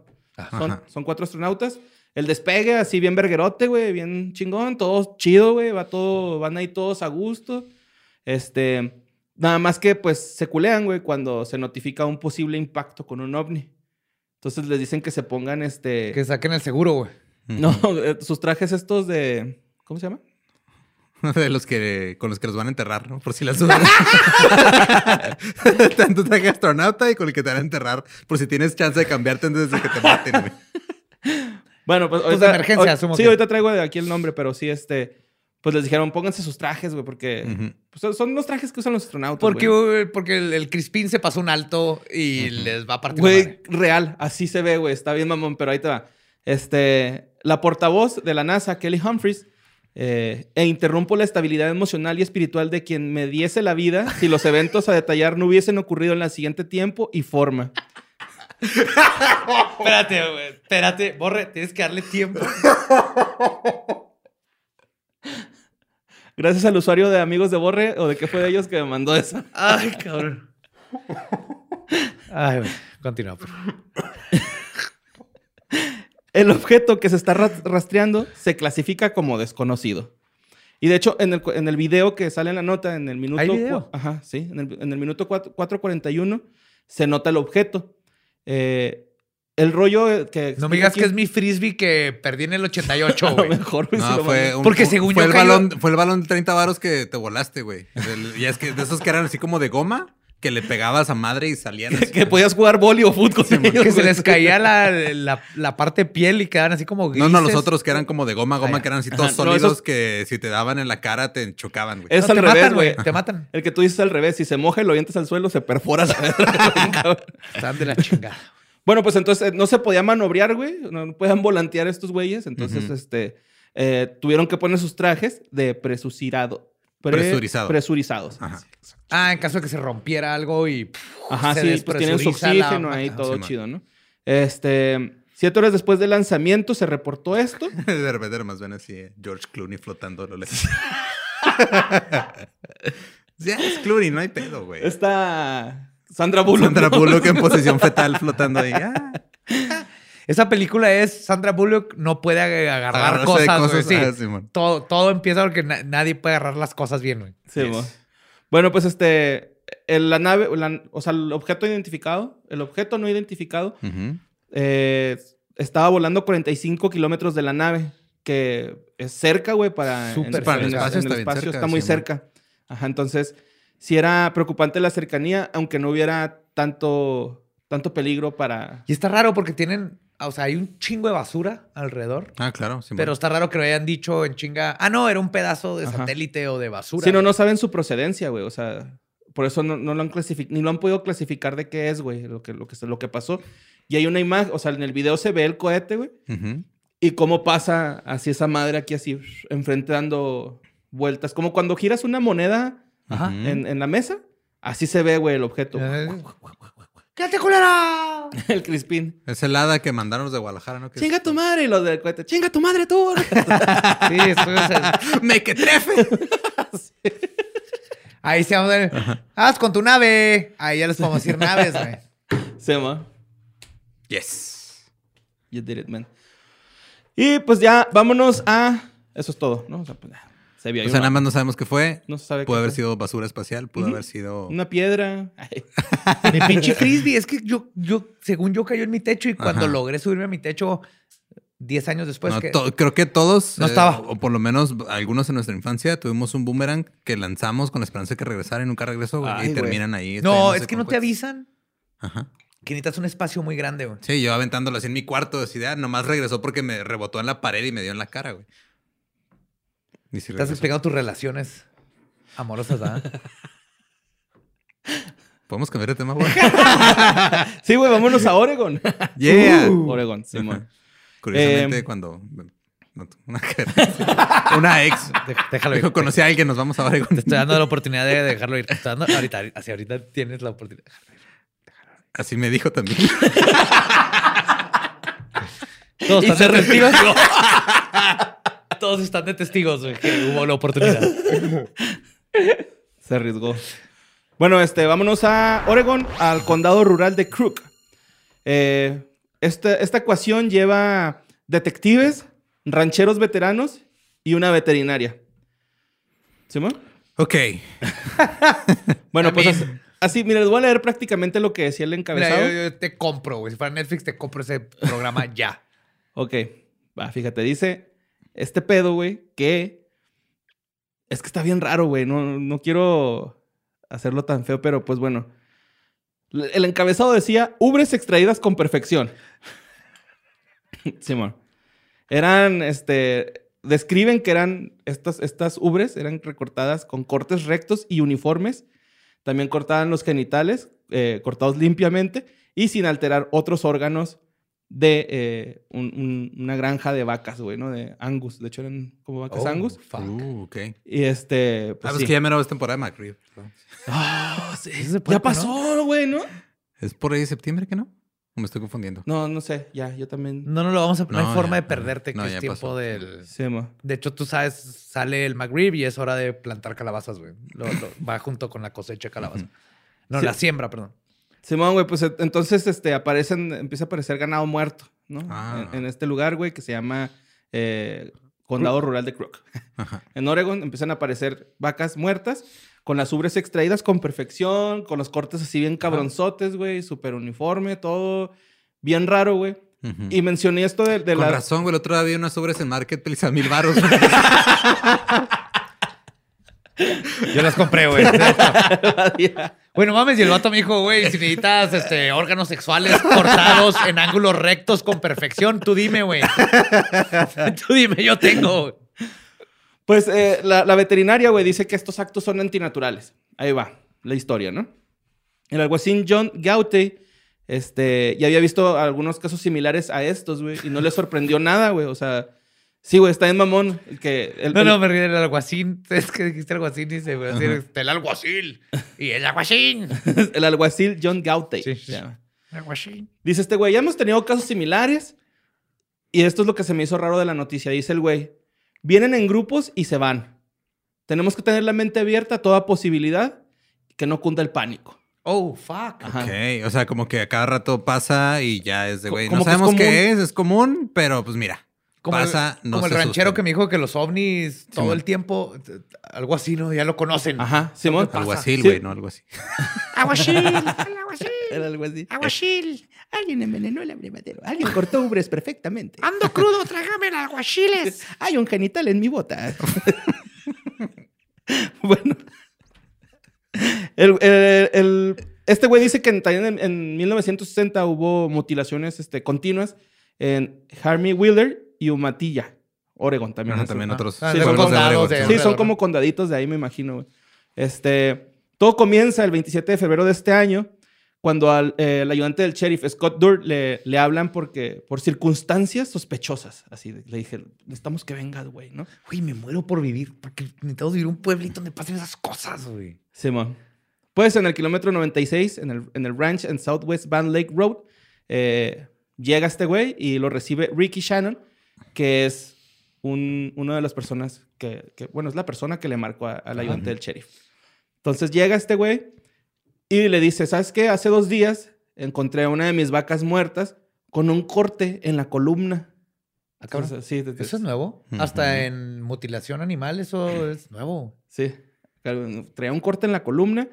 C: Son,
D: Ajá.
C: son cuatro astronautas. El despegue, así bien verguerote, güey, bien chingón, todo chido, güey, va todo, van ahí todos a gusto. Este, nada más que pues se culean, güey, cuando se notifica un posible impacto con un ovni. Entonces les dicen que se pongan este
B: Que saquen el seguro, güey.
C: no, eh, sus trajes estos de ¿cómo se llama?
D: De los que con los que los van a enterrar, ¿no? Por si las dudas. Tanto traje astronauta y con el que te van a enterrar. Por si tienes chance de cambiarte antes de que te maten, güey.
C: Bueno, pues
B: Pues,
C: ahorita,
B: de emergencia,
C: ahor-
B: asumo
C: Sí,
B: que-
C: ahorita traigo de aquí el nombre, pero sí este pues les dijeron, "Pónganse sus trajes, güey, porque
D: Ujú.
C: pues, son- son los trajes que usan los astronautas."
B: Porque,
C: güey.
B: güey, porque el, el Crispín se pasó un alto y les va a partir. la
C: Güey,
B: madre.
C: real, así se ve, güey. Está bien, mamón, pero ahí te va. Este, la portavoz de la NASA, Kelly Humphries, eh, e interrumpo la estabilidad emocional y espiritual de quien me diese la vida si los eventos a detallar no hubiesen ocurrido en el siguiente tiempo y forma.
B: Espérate, güey. Espérate. Borre, tienes que darle tiempo.
C: Gracias al usuario de Amigos de Borre o de qué fue de ellos que me mandó esa.
B: Ay, cabrón. Ay, güey. Continúa. por favor.
C: El objeto que se está ras- rastreando se clasifica como desconocido. Y de hecho, en el, cu- en el video que sale en la nota, en el minuto.
B: ¿Hay
C: cua-
B: video?
C: Ajá, sí. En el, en el minuto cuatro- 4.41 se nota el objeto. Eh, el rollo eh, que.
B: No me digas que es mi
C: explica
B: frisbee que perdí en el
C: aquí-
B: 88,
C: A lo
B: güey.
C: mejor, güey, si
D: No,
C: lo
D: fue
C: mandé.
D: un,
B: Porque
D: fu-
B: según
D: fue
B: yo
D: el
B: cayó-
D: balón, fue el balón de 30 varos que te volaste, güey. Del- Ya es que de esos que eran así como de goma, que le pegabas a madre y salían. así.
C: Que podías jugar boli o fútbol. con ellos,
B: Que se
C: güey.
B: les caía la, la, la parte de piel y quedaban así como
D: No,
B: grises.
D: no, los otros que eran como de goma,
B: Ah,
D: goma,
B: ya.
D: que eran así todos
C: Ajá, no,
D: sólidos
C: esos-
D: que si te daban en la cara te chocaban, güey.
C: Es
B: No,
C: al
B: te
C: revés,
B: matan,
C: güey.
B: Te matan.
C: El que tú dices al revés, si se moja y lo avientas al suelo, se perfora la verga, güey.
B: Están de la chingada.
C: Bueno, pues entonces eh, no se podía manobrear, güey. No, no podían volantear estos güeyes. Entonces,
D: Ujú.
C: este, eh, tuvieron que poner sus trajes de presucirado. pre-
D: Presurizado.
C: Presurizados.
D: Ajá.
B: Ah, en caso de que se rompiera algo y. pff,
C: Ajá,
B: se
C: sí, pues tienen su
B: despresuriza la
C: oxígeno
B: ma-
C: ahí,
B: Ajá,
C: todo
D: sí, man.
C: chido, ¿no? Este, siete horas después del lanzamiento se reportó esto.
D: De repente nomás ven así eh, George Clooney flotando. Lo lejos. ya es Clooney, no hay pedo, güey.
C: Esta Sandra Bullock.
D: Sandra
C: ¿no?
D: Bullock en posición fetal flotando ahí. Ah,
B: Esa película es Sandra Bullock no puede ag- agarrar
D: agarrarse de
B: cosas, güey, sí.
D: Ah, Simón.
B: todo, todo empieza porque na- nadie puede agarrar las cosas bien, güey.
C: Sí, mo. Bueno, pues este, el- la nave, la- o sea, el objeto identificado, el objeto no identificado
D: Ujú.
C: eh, estaba volando 45 kilómetros de la nave, que es cerca, güey, para,
B: Súper
C: en-
B: para el
C: en
D: espacio
C: en
D: está bien cerca,
C: está muy
D: sí,
C: cerca. Ajá, entonces, si era preocupante la cercanía, aunque no hubiera tanto, tanto peligro para...
B: Y está raro porque tienen, ah, o sea, hay un chingo de basura alrededor.
D: Ah, claro. Simón.
B: Pero está raro que lo hayan dicho en chinga. Ah, no, era un pedazo de
C: Ajá.
B: satélite o de basura.
C: Si no, no saben su procedencia, güey, o sea... Por eso no, no lo han clasificado, ni lo han podido clasificar de qué es, güey, lo que, lo, que, lo que pasó. Y hay una imagen, o sea, en el video se ve el cohete, güey,
D: Ujú.
C: Y cómo pasa así esa madre aquí así, enfrentando vueltas. Como cuando giras una moneda
B: Ajá.
D: Ujú.
C: en, en la mesa, así se ve, güey, el objeto.
B: Eh, ¡Quédate, culera!
C: el crispín.
D: Es el hada que mandaron los de Guadalajara, ¿no? Que es-
C: Chinga tu madre, y los del cohete. Chinga tu madre tú.
B: Sí, eso es-
D: ¡Me que trefe!
B: Ahí se vamos a Haz con tu nave. Ahí ya les podemos decir naves, güey.
C: se llama.
D: yes.
C: You did it, man. Y pues ya, vámonos a. Eso es todo, ¿no? O sea, pues, ya, se vio.
D: O
C: ahí
D: sea,
C: una-
D: nada más no sabemos qué fue.
C: No se sabe.
D: Pudo
C: qué
D: haber
C: fue.
D: sido basura espacial, pudo
C: Ujú.
D: haber sido.
C: Una piedra. Ay,
B: Mi pinche frisbee. Es que yo, yo, según yo, cayó en mi techo y cuando
D: Ajá.
B: logré subirme a mi techo 10 años después.
D: No,
B: Pues que-
D: to- creo que todos, eh,
B: No estaba.
D: o por lo menos algunos en nuestra infancia, tuvimos un boomerang que lanzamos con la esperanza de que regresara y nunca regresó. güey,
C: Ay,
D: y
C: güey.
D: terminan ahí.
B: no,
D: estallándose
B: es que
D: con
B: no te
D: cohetes.
B: avisan
D: Ajá.
B: que necesitas un espacio muy grande, güey.
D: Sí, yo aventándolo así en mi cuarto, así de, ah, nomás regresó porque me rebotó en la pared y me dio en la cara, güey. Y sí
B: Estás
D: regresó.
B: explicando tus relaciones amorosas, ¿ah? ¿verdad?
D: ¿Podemos cambiar de tema, güey?
C: Sí, güey, vámonos a Oregon.
D: yeah.
B: Uh.
C: Oregon, Simón.
D: Curiosamente,
C: Eh,
D: cuando... no, una, una ex.
B: Déjalo ir.
D: Dijo, conocí a alguien, nos vamos a Oregon.
B: Te estoy dando la oportunidad de dejarlo ir. Te estoy dando- ahorita, hacia ahorita tienes la oportunidad.
D: Así me dijo también.
B: Todos están de testigos. Todos están de testigos, güey, que hubo la oportunidad.
C: Se arriesgó. Bueno, este, vámonos a Oregon, al condado rural de Crook. Eh, esta, esta ecuación lleva detectives, rancheros veteranos y una veterinaria. ¿Simón?
D: Ok.
C: Bueno, pues así,
B: Amén.
C: así, mira, les voy a leer prácticamente lo que decía el
B: Mira,
C: encabezado.
B: yo, yo te compro, güey. Si fuera Netflix, te compro ese programa ya.
C: Ok, va, fíjate, dice este pedo, güey, que es que está bien raro, güey, no, no quiero hacerlo tan feo, pero pues bueno. L- El encabezado decía, ubres extraídas con perfección. Simón. Eran, este, describen que eran, estas, estas ubres eran recortadas con cortes rectos y uniformes. También cortaban los genitales, eh, cortados limpiamente y sin alterar otros órganos de eh, un- un- una granja de vacas, güey, ¿no? De Angus. De hecho, eran como vacas
B: Oh,
C: Angus.
B: fuck.
D: Uh, ok.
C: Y este.
D: Ah,
C: Pues,
D: pues
C: sí.
D: que ya mero es temporada de McRib.
C: Ah, sí.
B: Ese es de
C: Ya
B: puerco, ¿no?
C: pasó, güey, ¿no?
D: Es por ahí de septiembre, ¿que no? Me estoy confundiendo.
C: No, no sé, ya, yo también.
D: Mm.
B: No, no lo vamos a. No,
D: No,
B: hay forma de
D: ya,
B: perderte,
D: no,
B: que
D: ya
B: es tiempo
D: pasó.
B: del.
C: Sí, ma.
B: De hecho, tú sabes, sale el McRib y es hora de plantar calabazas, güey. Lo- lo- va junto con la cosecha de calabazas. No,
C: Sí.
B: la siembra, perdón.
C: Simón, güey, pues et- entonces este, aparecen, empieza a aparecer ganado muerto, ¿no?
D: Ah.
C: En, en este lugar, güey, que se llama eh, Condado Rural de Crook. En Oregon empiezan a aparecer vacas muertas con las ubres extraídas con perfección, con los cortes así bien cabronzotes, güey, súper uniforme, todo bien raro, güey.
D: Ujú.
C: Y mencioné esto de, de
D: Mm. Con
C: la...
D: razón, güey. El otro día había unas obras en Marketplace a mil baros.
B: Yo las compré, güey. Bueno, mames, y el vato me dijo, güey, si necesitas este, órganos sexuales cortados en ángulos rectos con perfección, tú dime, güey. tú dime, yo tengo. güey.
C: Pues eh, la, la veterinaria, güey, dice que estos actos son antinaturales. Ahí va la historia, ¿no? El alguacil John Gaute este, ya había visto algunos casos similares a estos, güey, y no le sorprendió nada, güey. O sea, sí, güey, está en mamón. el que, el-
B: No,
C: el-
B: no, me ríe del alguacil. Es que dijiste alguacil y se me el alguacil. Y el alguacil.
C: el alguacil John Gaute.
B: pues- Sí, sí, sí.
C: se llama.
B: El alguacil.
C: Dice este güey, ya hemos tenido casos similares. Y esto es lo que se me hizo raro de la noticia. Dice el güey, vienen en grupos y se van. Tenemos que tener la mente abierta a toda posibilidad que no cunda el pánico.
B: Oh, fuck.
C: Ajá.
D: ok. O sea, como que a cada rato pasa y ya es de
C: Co-
D: güey.
C: como
D: No
C: que es
D: sabemos
C: común.
D: qué es, es común, pero pues mira.
B: Como
D: pasa,
B: el,
D: no
B: como el
D: se
B: ranchero
D: asusten.
B: que me dijo que los ovnis todo
D: Simón.
B: el tiempo, t- t- algo así, ¿no? Ya lo conocen.
D: Ah.
C: Ajá, Simón.
D: Algo así,
C: Sí.
D: güey, ¿no? Algo así.
C: Era algo así. Alguien envenenó el abrevadero. Alguien cortó ubres perfectamente.
A: Ando crudo, trágame el aguachiles.
C: Hay un genital en mi bota. bueno. El- el- el- este güey dice que en, también en, en 1960 hubo mutilaciones este, continuas en Harmy Wheeler y Umatilla, Oregon también.
D: Ajá,
C: Eso.
D: también otros.
B: Ah,
C: de
D: pueblos
B: condados
D: Oregon,
B: de-
D: sí.
C: Sí, son como condaditos de ahí, me imagino, güey. Este, todo comienza el 27 de febrero de este año, cuando al eh, el ayudante del sheriff, Scott Durr, le, le hablan porque, por circunstancias sospechosas. Así de- le dije, necesitamos que vengas, güey, ¿no?
B: Güey, me muero por vivir, porque necesitamos vivir un pueblito donde pasen esas cosas, güey.
C: Simón. Pues en el kilómetro 96, en el, en el ranch en Southwest Van Lake Road, eh, llega este güey y lo recibe Ricky Shannon, que es un, una de las personas que, que- bueno, es la persona que le marcó a- al ayudante del sheriff. Entonces llega este güey y le dice, ¿sabes qué? Hace dos días encontré a una de mis vacas muertas con un corte en la columna.
B: Ah, cabrón.
C: Entonces, sí, desde-
B: ¿Eso es nuevo?
D: Ujú.
B: Hasta en mutilación animal, eso es nuevo.
C: Sí, claro, traía un corte en la columna,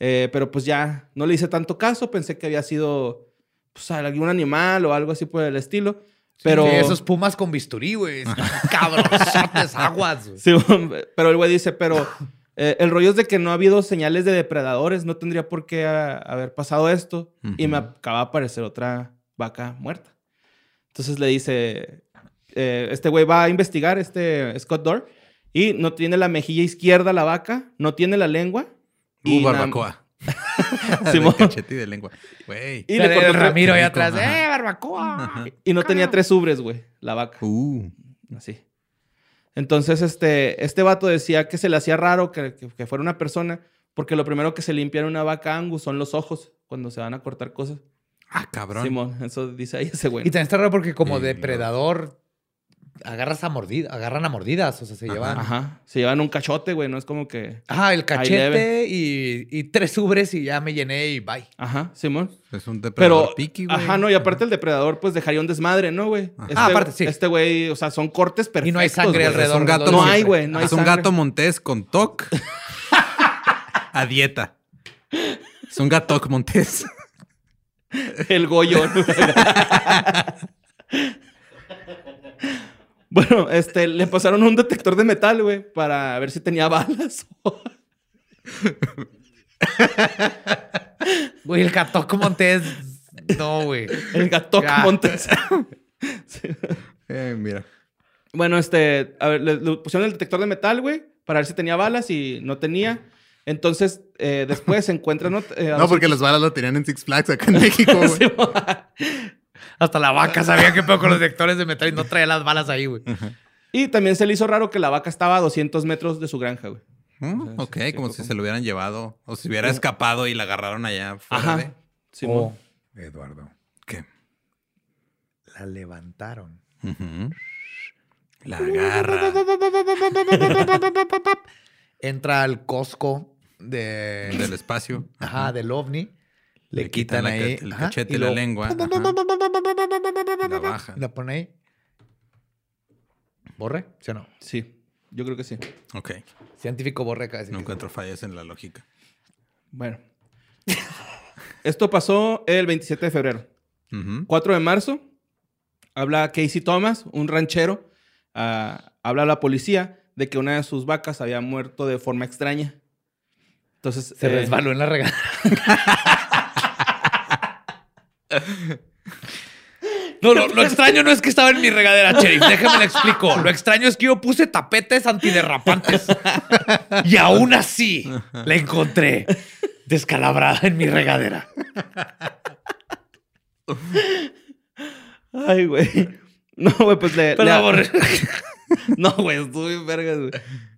C: eh, pero pues ya no le hice tanto caso, pensé que había sido pues, algún animal o algo así por el estilo, pero...
B: Sí, esos pumas con bisturí, güey. Cabronzotes, aguas, güey.
C: Sí, pero el güey dice, pero eh, el rollo es de que no ha habido señales de depredadores, no tendría por qué ah, haber pasado esto, y me
D: Ujú.
C: acaba de aparecer otra vaca muerta. Entonces le dice, eh, este güey va a investigar, este Scott Dorr, y no tiene la mejilla izquierda la vaca, no tiene la lengua.
D: Uh,
C: nada-
D: barbacoa.
C: Simón.
D: de cachete y de lengua. Güey.
C: Y le cortó
B: el
C: tre-
B: Ramiro ahí
D: Rico,
B: atrás.
D: ajá.
B: ¡Eh, barbacoa!
D: Ajá.
C: Y no tenía tres ubres, güey, la vaca.
D: Uh.
C: Así. Entonces, este, este vato decía que se le hacía raro que, que- que fuera una persona, porque lo primero que se limpia en una vaca angus son los ojos cuando se van a cortar cosas.
D: Ah, cabrón.
C: Simón, eso dice ahí ese
B: Y
C: güey.
B: también está raro porque como
D: Y luego-
B: depredador agarras a mordida, agarran a mordidas, o sea, Pues se llevan. Ajá.
C: Ajá. Se llevan un cachote, güey, no es como que.
B: el
C: leve.
B: cachete y, y tres ubres y ya me llené y bye.
C: Ajá, Simón.
D: Es un depredador
C: Pero.
D: Pero, piqui, güey.
C: ajá, no, y aparte el depredador, pues dejaría un desmadre, ¿no, güey?
D: Ajá.
C: Este-
B: Ah, aparte, sí.
C: Este güey, o sea, son cortes perfectos.
B: Y no hay sangre
C: güey.
D: Es
B: alrededor.
D: un gato
C: No
D: mon-
C: hay, güey, no hay
D: Es un
C: sangre.
D: gato montés con toc. a dieta. Es un gato montés.
C: El Goyo. bueno, este, le pasaron un detector de metal, güey, para ver si tenía balas.
B: Güey, el catoco montés. No, güey.
C: El gato
B: Ya.
C: Montes.
D: Eh, mira.
C: bueno, este, a ver, le, le pusieron el detector de metal, güey, para ver si tenía balas y no tenía. Entonces, eh, después se encuentran... ¿no? Eh, a
D: No,
C: los-
D: porque las balas lo tenían en Six Flags acá en México, güey.
B: Hasta la vaca sabía que pedo con los detectores de metal y no traía las balas ahí, güey.
C: Y también se le hizo raro que la vaca estaba a 200 metros de su granja, güey.
D: Mm, ok,
C: Ah, sí,
D: como
C: sí,
D: si
C: como-
D: se lo hubieran llevado o si hubiera escapado y la agarraron allá. Fuera
C: Ajá.
D: de-
C: Simón.
D: Eduardo. ¿Qué?
B: La levantaron.
D: Ujú. La agarra.
B: Entra al Costco de,
D: Del espacio.
B: ajá, del ovni. Le,
D: Le
B: quitan,
D: quitan la
B: ahí.
D: ca- el
B: ajá,
D: cachete,
B: y
D: la
B: lo-
D: lengua. ajá, La baja.
B: La pone ahí. ¿Borre? ¿Sí o no?
C: Sí, yo creo que sí.
D: Ok.
B: Científico borre acá.
D: No encuentro fallas en la lógica.
C: Bueno. Esto pasó el 27 de febrero.
D: Ujú.
C: 4 de marzo, habla Casey Thomas, un ranchero, ah, habla a la policía de que una de sus vacas había muerto de forma extraña. Entonces,
B: Se
C: eh,
B: resbaló en la regadera. No, lo, lo extraño no es que estaba en mi regadera, Sheriff. Déjame le explico. Lo extraño es que yo puse tapetes antiderrapantes. Y aún así la encontré descalabrada en mi regadera.
C: Ay, güey. No, güey, pues le.
B: Pero
C: le-
B: la borré.
C: No, güey, estuvo bien vergas, güey.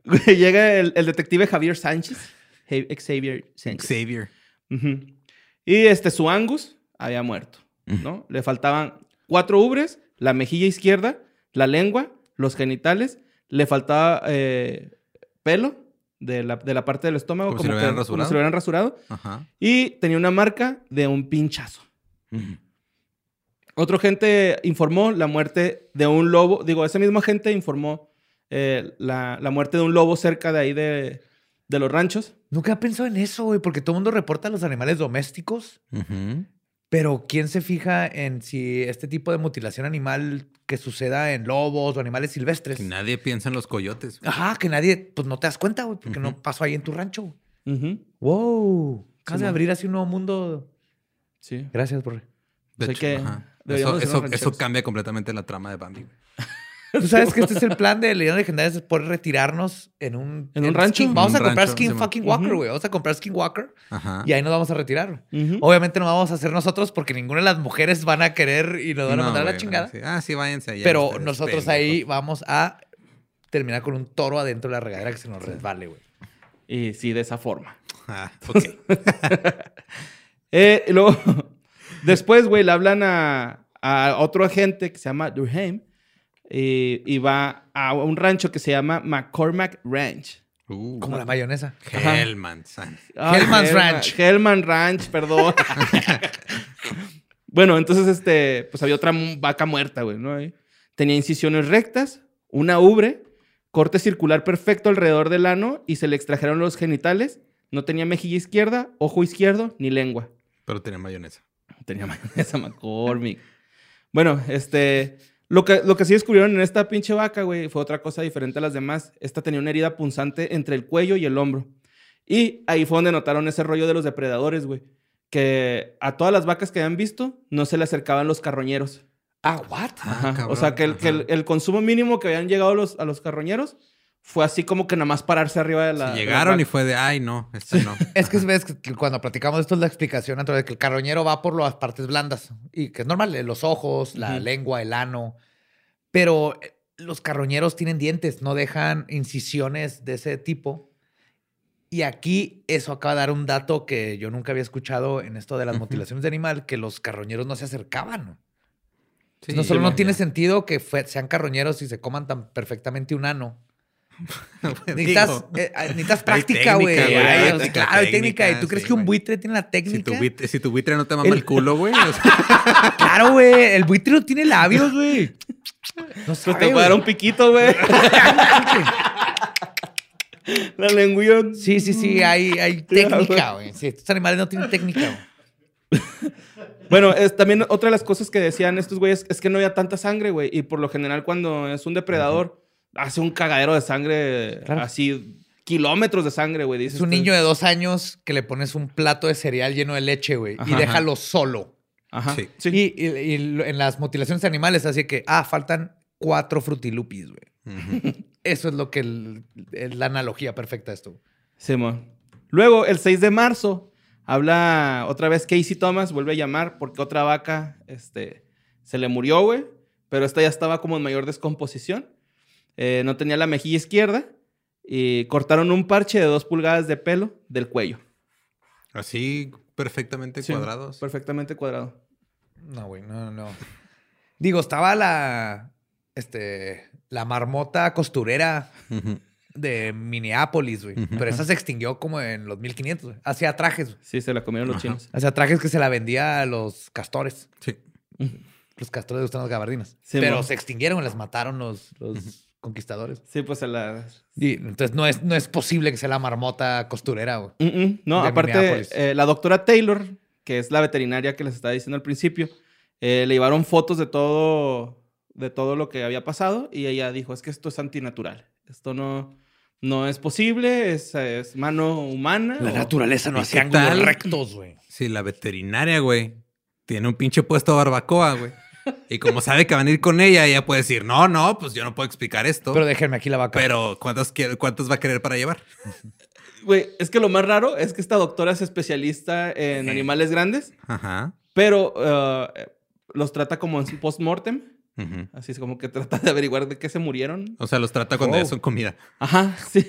C: Güey, Llega el, el detective Javier Sánchez. Ja- Xavier Sánchez.
D: Xavier.
C: Ujú. Y este, su Angus había muerto, ¿no? Le faltaban cuatro ubres, la mejilla izquierda, la lengua, los genitales, le faltaba eh, pelo de la, de la parte del estómago,
D: Como si lo hubieran
C: que- como
D: rasurado.
C: si lo hubieran rasurado,
D: Ajá.
C: y tenía una marca de un pinchazo.
D: Ujú.
C: Otro gente informó la muerte de un lobo, digo, ese mismo agente informó eh, la, la muerte de un lobo cerca de ahí de, de los ranchos.
B: Nunca he pensado en eso, güey, porque todo el mundo reporta a los animales domésticos.
D: Ujú.
B: Pero ¿quién se fija en si este tipo de mutilación animal que suceda en lobos o animales silvestres?
D: Que nadie piensa en los coyotes.
C: Ah,
B: Ajá, que nadie, pues no te das cuenta, güey, porque
D: Ujú.
B: no pasó ahí en tu rancho.
C: Ujú.
B: Wow. Acabas de
C: Simón.
B: abrir así un nuevo mundo.
C: Sí.
B: Gracias, Borre.
D: De
C: O sea
D: hecho,
C: que
D: ajá.
C: deberíamos
D: Eso,
C: de ser
D: eso-
C: rancheros.
D: eso cambia completamente la trama de Bambi. güey.
B: Tú sabes que este es el plan de Leyendas Legendarias, es poder retirarnos en un...
C: En un rancho.
B: Skin- Vamos
D: En
B: a
D: un
B: comprar
D: rancho,
B: Skin
D: Simón.
B: fucking Walker,
C: Ujú.
B: güey. Vamos a comprar Skin Walker
D: Ajá.
B: y ahí nos vamos a retirar.
C: Ujú.
B: Obviamente no vamos a hacer nosotros porque ninguna de las mujeres van a querer y nos van a
D: No,
B: mandar a la
D: güey,
B: chingada.
D: sí. Ah, sí, váyanse allá.
B: Pero
D: ustedes,
B: nosotros
D: pendejos.
B: ahí vamos a terminar con un toro adentro de la regadera que se nos resbale, güey.
C: Y sí, de esa forma.
D: Ah,
C: pues,
D: ok.
C: Eh, y luego, después, güey, le hablan a, a otro agente que se llama Durham eh, y va a un rancho que se llama McCormack Ranch.
D: Uh,
B: Como la mayonesa.
C: Ajá.
D: Hellman. San.
C: Ah,
B: Hellman's
C: Hellman-
B: Ranch.
C: Hellman Ranch, perdón. bueno, entonces, este, pues había otra mu- vaca muerta, güey, ¿no? Ahí. Tenía incisiones rectas, una ubre, corte circular perfecto alrededor del ano y se le extrajeron los genitales. No tenía mejilla izquierda, ojo izquierdo, ni lengua.
D: Pero tenía mayonesa.
C: Tenía mayonesa McCormick. Bueno, este. Lo que, lo que sí descubrieron en esta pinche vaca, güey, fue otra cosa diferente a las demás. Esta tenía una herida punzante entre el cuello y el hombro. Y ahí fue donde notaron ese rollo de los depredadores, güey. Que a todas las vacas que habían visto, no se le acercaban los carroñeros.
B: Ah, what?
C: Ajá.
D: cabrón.
C: o sea, que, el, que el,
D: Ajá.
C: el consumo mínimo que habían llegado los, a los carroñeros fue así como que nada más pararse arriba de la.
D: Sí,
C: de la
D: llegaron y
C: vaca.
D: fue de, ay, no, este no.
B: Es que ves que cuando platicamos de esto es la explicación dentro de que el carroñero va por las partes blandas y que es normal, eh, los ojos, la
C: Ujú.
B: lengua, el ano, pero eh, los carroñeros tienen dientes, no dejan incisiones de ese tipo. Y aquí eso acaba de dar un dato que yo nunca había escuchado en esto de las
D: Ujú.
B: mutilaciones de animal, que los carroñeros no se acercaban.
D: Sí,
B: no solo
D: Ah, ya.
B: no tiene sentido que fue- sean carroñeros y se coman tan perfectamente un ano,
D: Pues, Digo,
B: Necesitas, eh, ah, necesitas práctica,
D: técnica,
B: güey. Ay,
D: güey, hay
B: o sea,
D: técnica,
B: Claro, hay técnica. ¿Y tú
D: técnica,
B: crees
D: sí,
B: que un
D: güey.
B: buitre tiene la
D: si, tu
B: técnica?
D: buitre, si tu buitre no te mama el,
B: El-
D: culo, güey. o sea,
B: Claro, güey. El buitre no tiene labios, güey. No
C: Pues
B: sabe,
C: te
B: güey.
C: voy a dar un piquito, güey. la lengüilla.
B: Sí, sí,
C: Mm.
B: sí. Hay, hay técnica, güey. Sí, estos animales no tienen técnica, güey.
C: Bueno, es, también otra de las cosas que decían estos güeyes es que no había tanta sangre, güey. Y por lo general, cuando es un depredador, hace un cagadero de sangre,
B: Claro.
C: así, kilómetros de sangre, güey.
B: Es un niño de dos años que le pones un plato de cereal lleno de leche, güey. Y
C: Ajá,
B: déjalo solo.
C: Ajá.
D: Sí.
C: Sí.
B: Y, y- y lo- en las mutilaciones de animales, así que, ah, faltan cuatro frutilupis, güey.
D: ujú.
B: Eso es lo que el- el- la analogía perfecta de esto. güey.
C: Simón. Luego, el 6 de marzo, habla otra vez Casey Thomas, vuelve a llamar porque otra vaca este, se le murió, güey. Pero esta ya estaba como en mayor descomposición. Eh, no tenía la mejilla izquierda. Y cortaron un parche de dos pulgadas de pelo del cuello.
D: Así perfectamente
C: Sí,
D: cuadrados.
C: Perfectamente cuadrado.
I: No, güey, no, no, no. Digo, estaba la. Este. La marmota costurera de Minneapolis, güey. Pero esa se extinguió como en los 1500, güey. Hacía trajes, güey.
C: Sí, se la comieron los chinos.
I: Hacía trajes que se la vendía a los castores.
D: Sí.
I: Los castores gustan las gabardinas.
C: Sí,
I: pero
C: mo.
I: se extinguieron, las mataron los, los conquistadores.
C: Sí, pues se la...
I: Y entonces no es, no es posible que sea la marmota costurera, güey.
C: Mm, mm. No,
I: De
C: aparte,
I: Minneapolis.
C: eh, la doctora Taylor, que es la veterinaria que les estaba diciendo al principio, eh, le llevaron fotos de todo, de todo lo que había pasado y ella dijo, es que esto es antinatural. Esto no, no es posible, es, es mano humana.
I: La
C: o-
I: naturaleza no
D: ¿Y
I: hacía
D: qué
I: ángulos
D: tal?
I: rectos, güey.
D: Sí, la veterinaria, güey, tiene un pinche puesto de barbacoa, güey. Y como sabe que van a ir con ella, ella puede decir, no, no, pues yo no puedo explicar esto.
I: Pero
D: Pero,
I: déjenme aquí la vaca.
D: ¿cuántas, quiere- ¿cuántas va a querer para llevar?
C: Güey, es que lo más raro es que esta doctora es especialista en animales grandes,
D: Ajá.
C: pero eh, los trata como en su post-mortem.
D: Ujú.
C: Así es como que trata de averiguar de qué se murieron.
D: O sea, los trata cuando
I: Oh.
D: ya son comida.
C: Ajá, sí.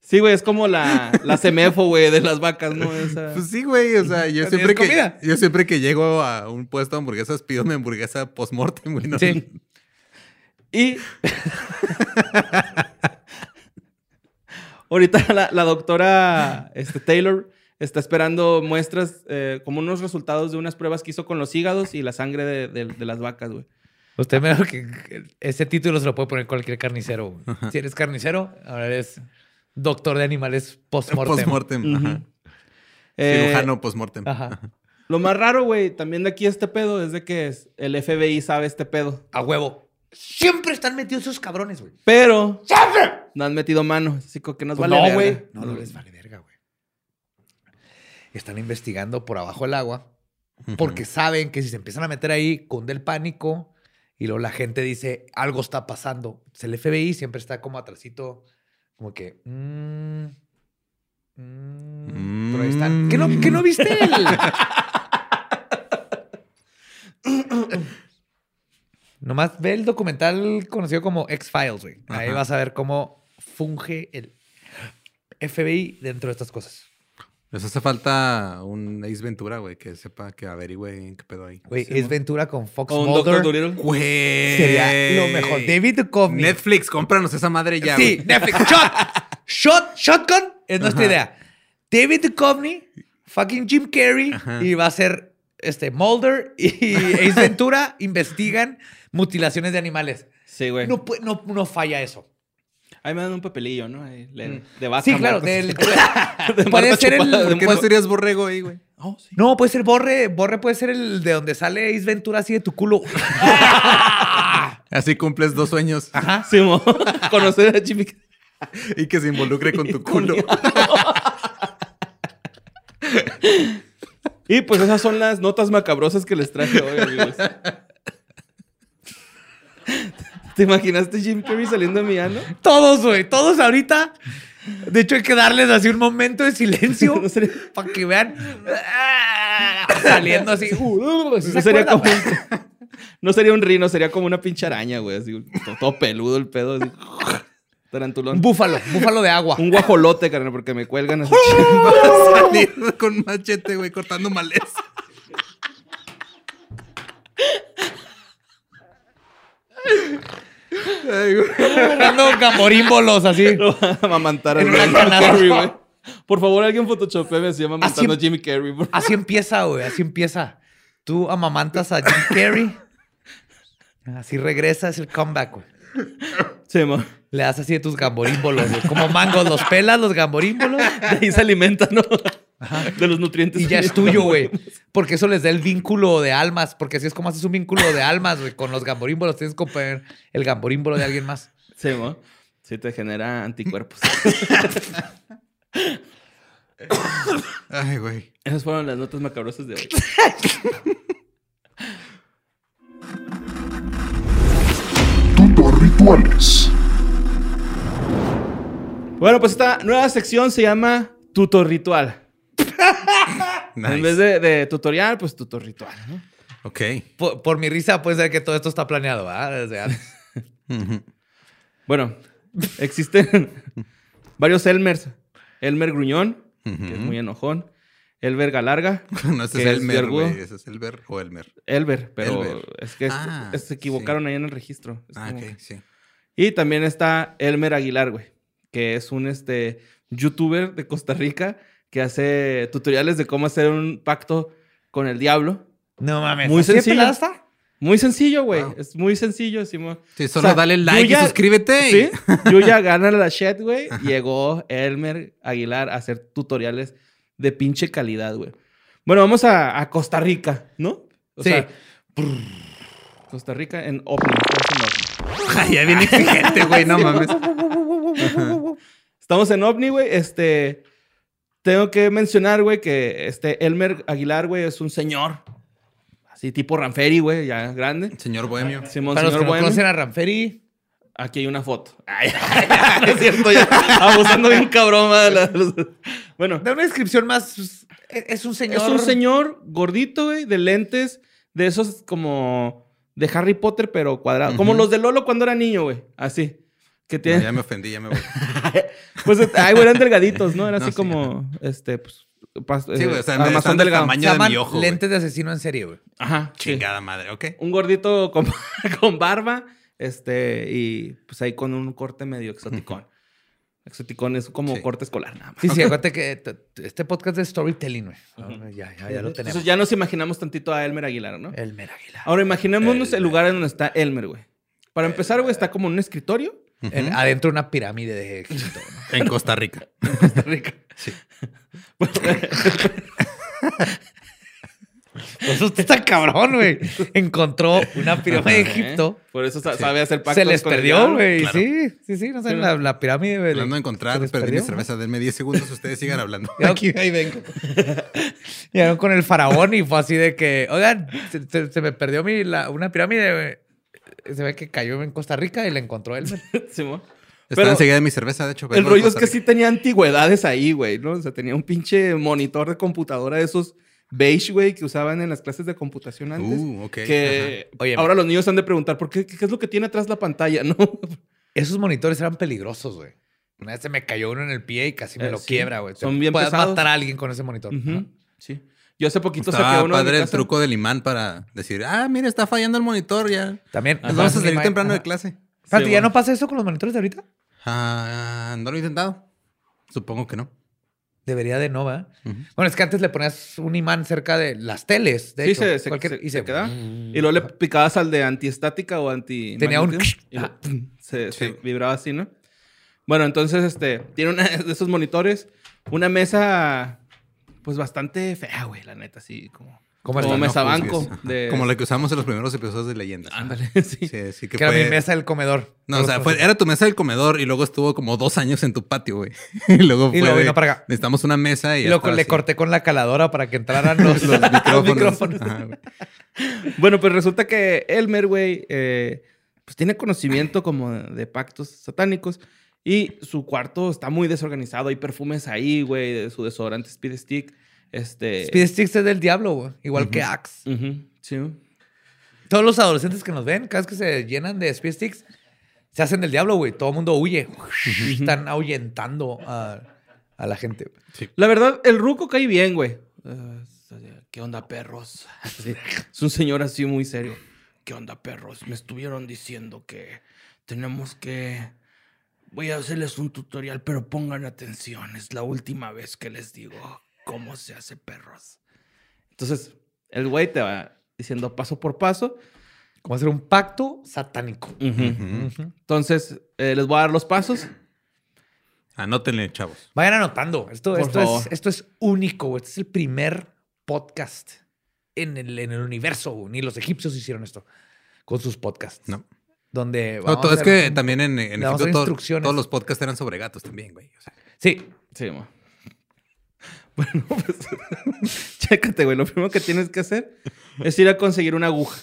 C: Sí, güey, es como la, la semefo, güey, de las vacas, ¿no? Esa-
D: Pues sí, güey. O sea, yo
I: Es
D: siempre, que,
I: comida.
D: yo siempre que llego a un puesto de hamburguesas, pido mi hamburguesa post-mortem, güey. ¿no?
I: Sí.
C: Y. Ahorita la, la doctora este, Taylor está esperando muestras, eh, como unos resultados de unas pruebas que hizo con los hígados y la sangre de, de- de las vacas, güey.
I: Usted me dijo que que ese título se lo puede poner cualquier carnicero. güey. Si eres carnicero, ahora eres doctor de animales post-mortem.
D: Post-mortem. Ajá.
C: Eh,
D: Cirujano post-mortem.
I: Ajá.
C: Lo más raro, güey, también de aquí este pedo es de que es- el FBI sabe este pedo.
I: A huevo. Siempre están metidos esos cabrones, güey.
C: Pero. No han metido mano. Así como que nos
I: Pues
C: vale.
I: no,
C: verga.
I: güey. No, no les vale verga, güey. Están investigando por abajo el agua porque saben que si se empiezan a meter ahí, cunde el pánico y luego la gente dice, algo está pasando. Entonces, el FBI siempre está como atrasito, como que... mm, mm, pero ahí están. ¿Qué no, qué no viste él? Nomás ve el documental conocido como X-Files, güey. Ahí
D: Ajá.
I: vas a ver cómo funge el FBI dentro de estas cosas.
D: Les hace falta un Ace Ventura, güey, que sepa que averigüe qué pedo hay.
I: Güey, es Ventura con Fox
C: O un Dr.
I: Mulder.
C: Dolittle.
D: Güey.
I: Sería lo mejor. David Duchovny.
D: Netflix, cómpranos esa madre ya.
I: Sí,
D: güey.
I: Netflix. Shot. Shot. Shotgun es nuestra idea. David Duchovny, fucking Jim Carrey,
D: Ajá.
I: y va a ser este Mulder y Ace Ventura investigan mutilaciones de animales.
C: Sí, güey.
I: No, pu- no, no falla eso.
C: Ahí me dan un papelillo, ¿no? Ahí, le- De vaca.
I: Mm. Sí, claro.
C: Marcos.
I: del- puede
C: Marta
I: ser el.
C: Chaparro,
D: ¿Por qué
I: puede-
D: no serías borrego ahí, güey?
C: Oh, sí.
I: No, puede ser Borre. Borre puede ser el de donde sale Ace Ventura así de tu culo.
D: Así cumples dos sueños
C: Sí, mo. Conocer a Jimmy.
D: y que se involucre con tu culo.
C: Y pues esas son las notas macabrosas que les traje hoy, amigos. ¿Te imaginaste Jim Carrey saliendo de mi ano?
I: Todos, güey. Todos ahorita. De hecho, hay que darles así un momento de silencio
C: No sería-
I: para que vean. Saliendo así. Uh, ¿sí se
C: No sería,
I: acuerdan?
C: como un- no sería un rino, sería como una pinche araña, güey. Así, todo, todo peludo el pedo. Así.
I: Un
C: Tarantulón.
I: búfalo. Búfalo de agua.
C: Un guajolote, carnal, porque me cuelgan así.
D: Salir con machete, güey, cortando maleza. Ay, güey.
I: Dando gamorímbolos así.
C: Lo van a amamantar al
I: En una
C: Jim
I: canasta.
C: Carrey, güey. Ah, Por favor, alguien photoshopeme así amamantando a
I: Así-
C: Jimmy Carrey. por-
I: Así empieza, güey. Así empieza. Tú amamantas a Jim Carrey. Así regresas el comeback, güey.
C: Sí, mo.
I: Le das así de tus gamborímbolos, güey. Como mangos, los pelas, los gamborímbolos.
C: De ahí se alimenta, ¿no? De los nutrientes.
I: Y ya es tuyo, güey. Porque eso les da el vínculo de almas. Porque así es como haces un vínculo de almas, güey. Con los gamborímbolos tienes que poner el gamborímbolo de alguien más.
C: Sí, mo. Sí, te genera anticuerpos.
D: Ay, güey.
C: Esas fueron las notas macabrosas de hoy.
E: Tutor Rituales.
C: Bueno, pues esta nueva sección se llama Tutor Ritual.
D: Nice.
C: En vez de, de tutorial, pues tutor ritual. ¿no?
D: Ok.
I: Por, por mi risa, puede ser que todo esto está planeado, ¿verdad? Desde antes.
D: Ujú.
C: Bueno, existen varios Elmers. Elmer Gruñón, que es
D: Ujú.
C: muy enojón. Elber Galarga.
D: No, ese es
C: que es
D: Elmer,
C: vergudo.
D: güey. Ese es Elber o Elmer.
C: Elber, pero
D: Elber.
C: es que es-
D: Ah,
C: es- se equivocaron ahí en el registro. Es
D: Ah,
C: como
D: ok,
C: que-
D: sí.
C: Y también está Elmer Aguilar, güey, que es un este, youtuber de Costa Rica que hace tutoriales de cómo hacer un pacto con el diablo.
B: No mames.
C: Muy
B: ¿Así de
C: sencillo.
B: pelada está?
C: Muy sencillo, güey.
D: Wow.
C: Es muy sencillo, Simón.
D: Sí, solo
C: O sea,
D: dale
C: yo
D: like
C: ya-
D: y suscríbete.
C: Sí, Yuya gana la shit, güey. Llegó Elmer Aguilar a hacer tutoriales de pinche calidad, güey. Bueno, vamos a, a Costa Rica, ¿no? O
B: Sí.
C: sea, brrr, Costa Rica en Oakland. estamos en Oakland.
D: Ay, ya viene exigente, güey. No mames.
C: Estamos en OVNI, güey. Este, tengo que mencionar, güey, que este Elmer Aguilar, güey, es un señor. Así tipo Ranferi, güey, ya grande.
D: Señor Bohemio.
C: Simón,
B: Para los que
C: señor
B: no
C: Bueno.
B: conocen a Ranferi.
C: Aquí hay una foto. no es cierto, ya. Abusando bien cabrón, madre, la- los- Bueno,
B: Da una descripción más. Es es un señor.
C: es un señor gordito, güey, de lentes, de esos como de Harry Potter, pero cuadrado. Como
D: Ujú.
C: los de Lolo cuando era niño, güey. Así. Que
D: No,
C: tiene.
D: ya me ofendí, ya me voy.
C: Pues, ay, güey, eran delgaditos, ¿no? Era
D: No,
C: así
D: sí,
C: como, este, pues. pas-
D: Sí, güey.
C: eh,
D: O sea,
C: armazón
D: me están del
C: delgado.
B: Se
D: tamaño de
B: llaman
D: mi ojo. güey.
B: lentes de este asesino en serie, güey.
C: Ajá. sí.
D: Chingada madre, ok.
C: Un gordito con, con barba, este, y pues ahí con un corte medio exoticón. Exoticón es como
D: Sí.
C: corte escolar, nada más.
B: Sí, sí, acuérdate que t- t- este podcast es storytelling, güey.
I: Ah,
B: Ahora Ya, ya, ya lo tenemos. Eh,
C: Entonces ya nos imaginamos tantito a Elmer Aguilar, ¿no?
B: El Meraguila.
C: Ahora imaginémonos el
D: Elmer.
C: lugar en donde está Elmer, güey. Para empezar, güey, está como en un escritorio.
B: El- Adentro de una pirámide de Egipto. ¿no?
D: En Costa Rica.
C: Costa Rica.
B: Eso Pues está tan cabrón, güey. Encontró una pirámide de Egipto.
C: ¿Eh? Por eso sa- sabe hacer pactos
B: Se les
C: con el
B: perdió,
C: diablo.
B: güey.
D: claro.
B: Sí, sí, sí. No sé,
C: Sí.
B: la, la pirámide. güey.
D: Hablando de encontrar,
B: ¿Se les
D: perdí
B: perdió?
D: mi cerveza. Denme 10 segundos. Ustedes sigan hablando.
B: Llegaron- Llegaron con el faraón y fue así de que, oigan, se, se- se me perdió mi, la- una pirámide, güey. Se ve que cayó en Costa Rica y la encontró él.
C: Simón.
D: Están
C: Pero-
D: enseguida de mi cerveza, de hecho.
C: El
D: vengo de
C: rollo es
D: Costa
C: que
D: Rica.
C: sí tenía antigüedades ahí, güey, ¿no? O sea, tenía un pinche monitor de computadora de esos beige, güey, que usaban en las clases de computación antes.
D: Uh, ok.
C: que
B: ajá. Oye,
C: ahora los niños han de preguntar, ¿por qué, ¿qué es lo que tiene atrás la pantalla, no?
B: Esos monitores eran peligrosos, güey. Una vez se me cayó uno en el pie y casi me
C: Eh,
B: lo
C: sí.
B: quiebra, güey.
C: Son bien
B: Puedes
C: pesados.
B: matar a alguien con ese monitor.
C: Ujú, Sí. Yo hace poquito saqué
D: Pues Estaba
C: uno de mi
D: padre el
C: casa.
D: truco del imán para decir, ah, mira, está fallando el monitor ya.
B: También.
D: Nos vamos a
B: Ajá.
D: salir temprano de
B: Ajá.
D: clase.
B: Espérate,
C: Sí,
B: ¿ya
C: bueno.
B: no pasa eso con los monitores de ahorita?
D: Ah, no lo he intentado. Supongo que no.
B: Debería de no, ¿verdad?
D: Ujú.
B: Bueno, es que antes le ponías un imán cerca de las teles, de
C: Sí,
B: hecho.
C: se, se-
B: cualquier- ¡Mmm!
C: se- se quedaba.
B: Mm.
C: Y luego le picabas al de antiestática o anti.
B: Tenía un-
C: magnetismo, y luego,
B: Ah.
C: pum, se, se
D: Sí.
C: vibraba así, ¿no? Bueno, entonces, este. Tiene una de esos monitores. Una mesa. Pues bastante fea, güey, la neta, así como.
B: Como
C: Como
B: el
C: me-
B: me...
C: mesa
D: juzgues.
C: banco
D: Ajá.
C: de-
D: Como la que usamos en los primeros episodios de Leyendas.
C: Ándale, sí.
D: Sí, sí que,
B: que era
D: fue-
B: mi mesa del comedor.
D: No, o sea, fue- era tu mesa del comedor y luego estuvo como dos años en tu patio, güey. Y luego
B: Y
D: fue
B: luego
D: de,
B: vino para acá.
D: Necesitamos una mesa y,
B: Y
D: ya
B: lo,
D: estaba
B: le
D: así.
B: corté con la caladora para que entraran los,
D: los micrófonos.
B: micrófonos.
D: Ajá, güey.
C: Bueno, pues resulta que Elmer, güey, eh, pues tiene conocimiento como de pactos satánicos y su cuarto está muy desorganizado. Hay perfumes ahí, güey, de su desodorante Speed Stick. Este.
B: Speed Sticks es del diablo, güey. Igual que Axe.
C: Ujú, sí.
B: Todos los adolescentes que nos ven, cada vez que se llenan de Speed Sticks, se hacen del diablo, güey. Todo el mundo huye. Están ahuyentando a, a la gente.
C: La verdad, el ruco cae bien, güey. Eh, ¿Qué onda, perros? Así. Es un señor así muy serio. ¿Qué onda, perros? Me estuvieron diciendo que tenemos que... Voy a hacerles un tutorial, pero pongan atención. Es la última vez que les digo cómo se hace perros. Entonces, el güey te va diciendo paso por paso.
B: Como hacer un pacto satánico.
D: Ujú.
C: Entonces, eh, les voy a dar los pasos.
D: Anótenle, chavos.
B: Vayan anotando. Esto,
C: Por
B: esto, es,
C: favor.
B: esto es único, güey. Este es el primer podcast en el, en el universo, güey. Ni los egipcios hicieron esto con sus podcasts.
D: No.
B: donde
D: No,
B: vamos
D: todo-
B: a
D: es
B: hacer
D: que
B: un-
D: también en, en
B: le vamos a
D: Egipto
B: dar
D: todo-
B: instrucciones.
D: todos los podcasts eran sobre gatos también, güey. O sea,
B: Sí.
C: Sí, ma. Bueno, pues. chécate, güey. Lo primero que tienes que hacer es ir a conseguir una aguja.